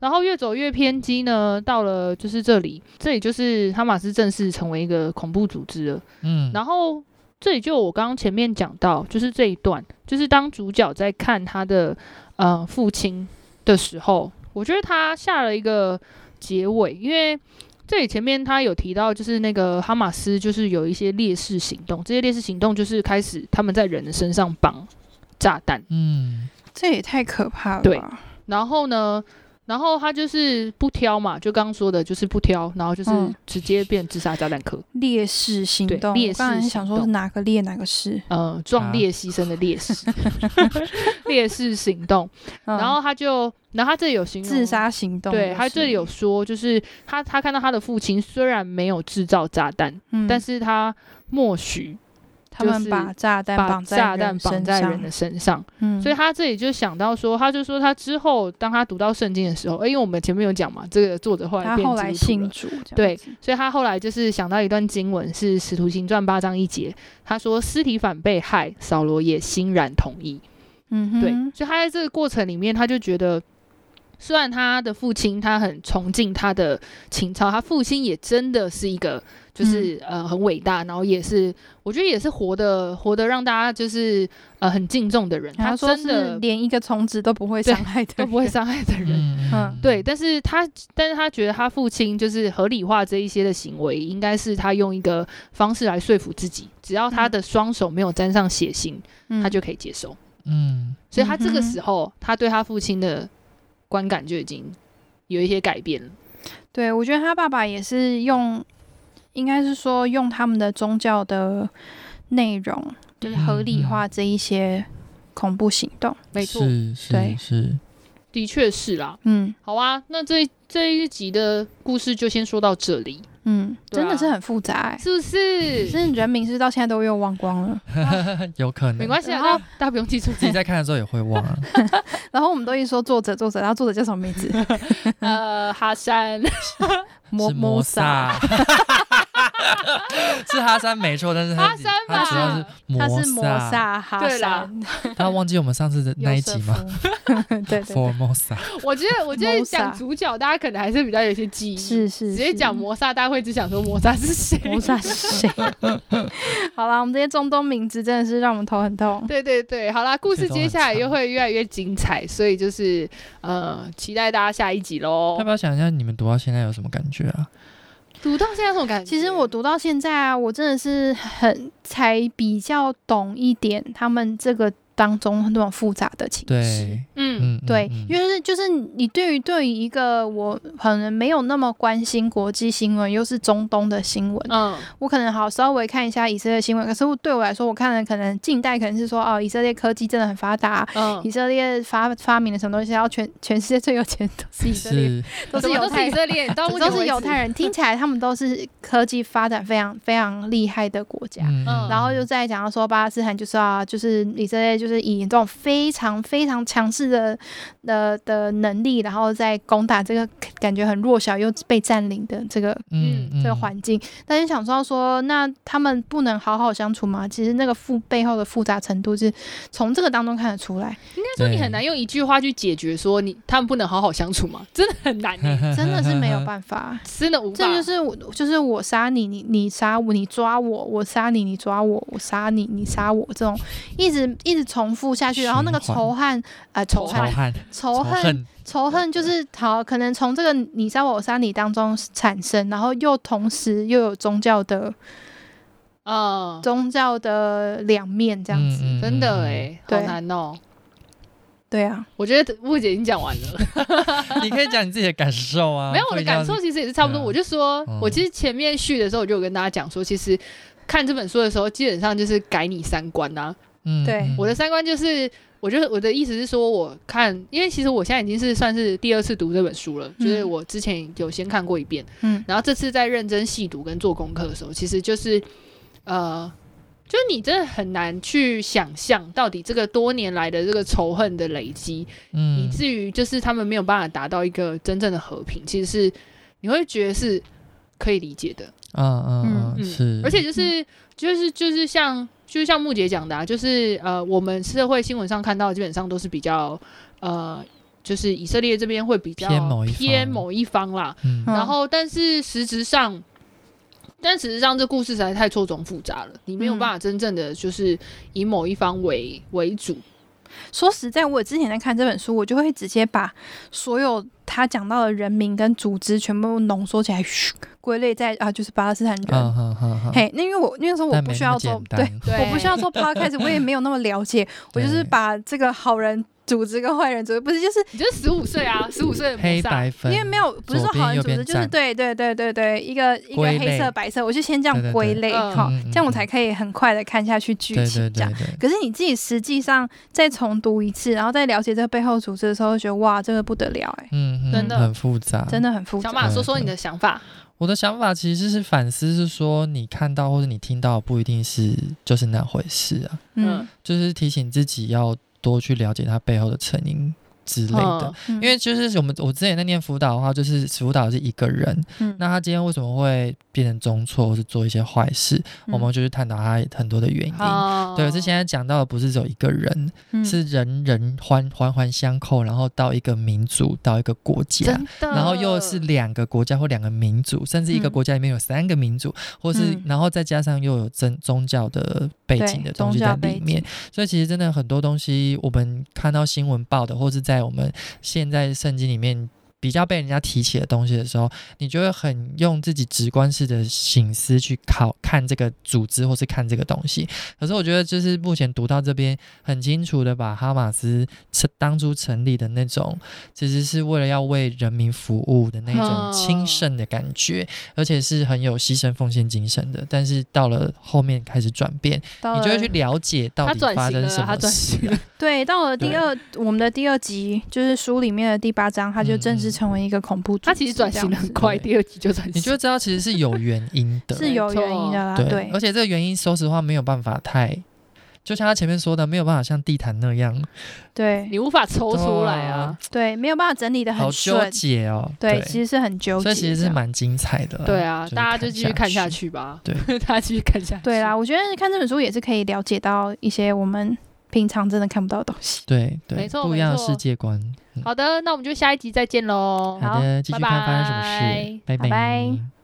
然后越走越偏激呢，到了就是这里，这里就是哈马斯正式成为一个恐怖组织了。嗯，然后这里就我刚刚前面讲到，就是这一段，就是当主角在看他的呃父亲的时候，我觉得他下了一个结尾，因为。这里前面他有提到，就是那个哈马斯，就是有一些烈士行动，这些烈士行动就是开始他们在人的身上绑炸弹，嗯，这也太可怕了吧。对然后呢，然后他就是不挑嘛，就刚刚说的，就是不挑，然后就是嗯直接变自杀炸弹客，烈士行对动，烈我刚士才行想说动是哪个烈哪个士，呃，壮啊烈牺牲的烈 [LAUGHS] 士，烈士行动。嗯然后他就，然后他这里有形容自杀行动的士，对他这里有说，就是他他看到他的父亲虽然没有制造炸弹，嗯，但是他默许他就们是把炸弹把绑炸在弹人绑身在人上的，身上，嗯，所以他这里就想到说，他就说他之后当他读到圣经的时候，诶因为我们前面有讲嘛，这个作者后来他变后基来督徒信了。主，对，所以他后来就是想到一段经文是《使徒行传》八章一节，他说：“斯提反被害，扫罗也欣然同意。”嗯哼，对，所以他在这个过程里面，他就觉得，虽然他的父亲他很崇敬他的情操，他父亲也真的是一个就是、嗯呃很伟大，然后也是我觉得也是活的活的让大家就是呃很敬重的人，他他说真是的连一个虫子都不会对伤害的都人，不会伤害的人。嗯嗯对，但是他，但是他觉得他父亲就是合理化这一些的行为，应该是他用一个方式来说服自己，只要他的双手没有沾上血腥，嗯，他就可以接受。嗯所以他这个嗯哼时候，他对他父亲的观感就已经有一些改变了。对我觉得他爸爸也是用，应该是说用他们的宗教的内容，就是嗯合理化这一些恐怖行动，没错，嗯是对是是，的确是啦。嗯好啊，那这这一集的故事就先说到这里，嗯，对真的啊是很复杂、欸，是不只是？是人名是到现在都又忘光了， [LAUGHS] 有可能。没关系啊，然后大家大家不用记住自己在看的时候也会忘啊。然后我们都一说作者作者，然后作者叫什么名字？ [LAUGHS] 呃，哈山，是摩萨， [LAUGHS] 是哈山没错，但是他哈山他主要是吧，他摩是摩萨，萨哈对啦山他忘记我们上次的那一集吗？ [LAUGHS] 对 [LAUGHS] 对对， ？Formosa， [LAUGHS] 我觉得我觉得 Mosa 讲主角，大家可能还是比较有一些记忆。是是直接讲摩摩萨，大家会只想说摩萨是谁？摩萨是谁？好啦，我们这些中东名字真的是让我们头很痛。 [LAUGHS] 对对对，好啦，故事接下来又会越来越精彩，所以就是呃，期待大家下一集喽要。不要想一下你们读到现在有什么感觉啊？读到现在有什么感觉？其实我读到现在啊，我真的是很才比较懂一点他们这个当中很多种复杂的情绪。对，嗯，嗯，嗯对，嗯因为是就是你对于对于一个我可能没有那么关心国际新闻，又是中东的新闻，嗯，我可能好稍微看一下以色列新闻，可是我对我来说，我看的可能近代可能是说哦，以色列科技真的很发达，嗯以，色列发发明了什么东西，然后全全世界最有钱都是以色列，是都怎是么犹都是太以人。色列，到目前都是犹太人，人，听起来他们都是科技发展非常非常厉害的国家。嗯嗯然后就再讲到说巴勒斯坦就是啊，就是以色列就是以这种非常非常强势的的的能力，然后再攻打这个感觉很弱小又被占领的这个嗯嗯这个，环境。但是想说说，那他们不能好好相处吗？其实那个复背后的复杂程度是从这个当中看得出 [LAUGHS] 来，应该说你很难用一句话去解决，说你他们不能好好相处嘛，真的很难 [LAUGHS] 耶，真的是没有办法。真的无法。这就是我，就是我杀你，你你杀我，你抓我，我杀你，你抓我，我杀你，你杀我，这种一直一直重复下去，然后那个循环仇恨，呃，仇仇恨，恨，仇恨，，仇恨就是好，可能从这个你杀我，我杀你当中产生，然后又同时又有宗教的嗯，宗教的两面这样子，嗯真的哎，好对难哦。对啊，我觉得误姐已经讲完了， [LAUGHS] 你可以讲你自己的感受啊。没有我不的一定要感受其实也是差不多。对啊我就说嗯，我其实前面续的时候，我就有跟大家讲说，其实看这本书的时候，基本上就是改你三观呐。嗯对嗯我的三观就是，我就我的意思是说，我看，因为其实我现在已经是算是第二次读这本书了，就是嗯我之前有先看过一遍，嗯然后这次在认真细读跟做功课的时候，其实就是，呃，就是你真的很难去想象到底这个多年来的这个仇恨的累积，以嗯至于就是他们没有办法达到一个真正的和平，其实是你会觉得是可以理解的。嗯嗯嗯嗯嗯是，而且就是就是就是像就是像木姐讲的、啊，就是呃，我们社会新闻上看到的基本上都是比较呃，就是以色列这边会比较偏某一方偏某一方啦。嗯嗯然后，但是实质上，但实质上这故事实在太错综复杂了，你没有嗯办法真正的就是以某一方为为主。说实在，我之前在看这本书，我就会直接把所有他讲到的人名跟组织全部浓缩起来，嘘归类在啊，就是巴勒斯坦人。嗯哼哼哼，嘿，那因为我那时候我但不没需那要么做简，对，单。对我不需要做 podcast，我也没有那么了解，我就对是把这个好人组织跟坏人组织，不是就是你就是十五岁啊，十五岁的黑菩萨，白分，因为没有不是说左边好人右组织，边就是站对对对对对，一个一个归黑类色白色，我就先这样对对对归类嗯好，嗯嗯这样我嗯才可以很快的看下去剧对情对这样对。对，可是你自己实际上再重读一次，然后再了解这个背后组织的时候，就觉得哇，这个不得了哎、嗯，真嗯的很复杂，真的很复小杂。马说说你的想法，我的想法其实是反思，是说你看到或者你听到不一定是就是那回事啊，嗯，就是提醒自己要多去了解它背后的成因之类嗯的。因因为就是我们我之前在念辅导的话，就是辅导是一个人，嗯那他今天为什么会变成中错，或是做一些坏事，嗯我们就去探讨他很多的原因。哦嗯对，是现在讲到的不是只有一个人，嗯是人人环环环相扣，然后到一个民族，到一个国家，真的，然后又是两个国家或两个民族，甚至一个嗯国家里面有三个民族，或是嗯然后再加上又有宗宗教的背景的东西在宗教背里面，所以其实真的很多东西，我们看到新闻报的，或是在我们现在圣经里面。比较被人家提起的东西的时候，你就会很用自己直观式的醒思去考看这个组织或是看这个东西。可是我觉得，就是目前读到这边，很清楚的把哈马斯成当初成立的那种，其实是为了要为人民服务的那种哦清盛的感觉，而且是很有牺牲奉献精神的。但是到了后面开始转变，到你就会去了了解到他底转发型生了什他么转事型了。对，到了第对二我们的第二集，就是书里面的第八章，它就正式成为一个恐怖组嗯织。他其实转这型样的很快，对第二集就转型，你就会知道其实是有原因的， [LAUGHS] 是有原因的啦，对，对而，且这个原因说实话没有办法太。就像他前面说的，没有办法像地毯那样，对你无法抽出来啊，对，没有办法整理的好很纠顺，结哦。对，其实是很纠结这所以样，其实是蛮精彩的啦。对啊，是大家就继续看下去。去吧，对， [LAUGHS] 大家继续看下去，对啦。，我觉得看这本书也是可以了解到一些我们平常真的看不到的东西。对对，没错不一样的没错哦世界观。嗯好的，那我们就下一集再见喽，好的，继续看发生什么拜拜事，拜拜拜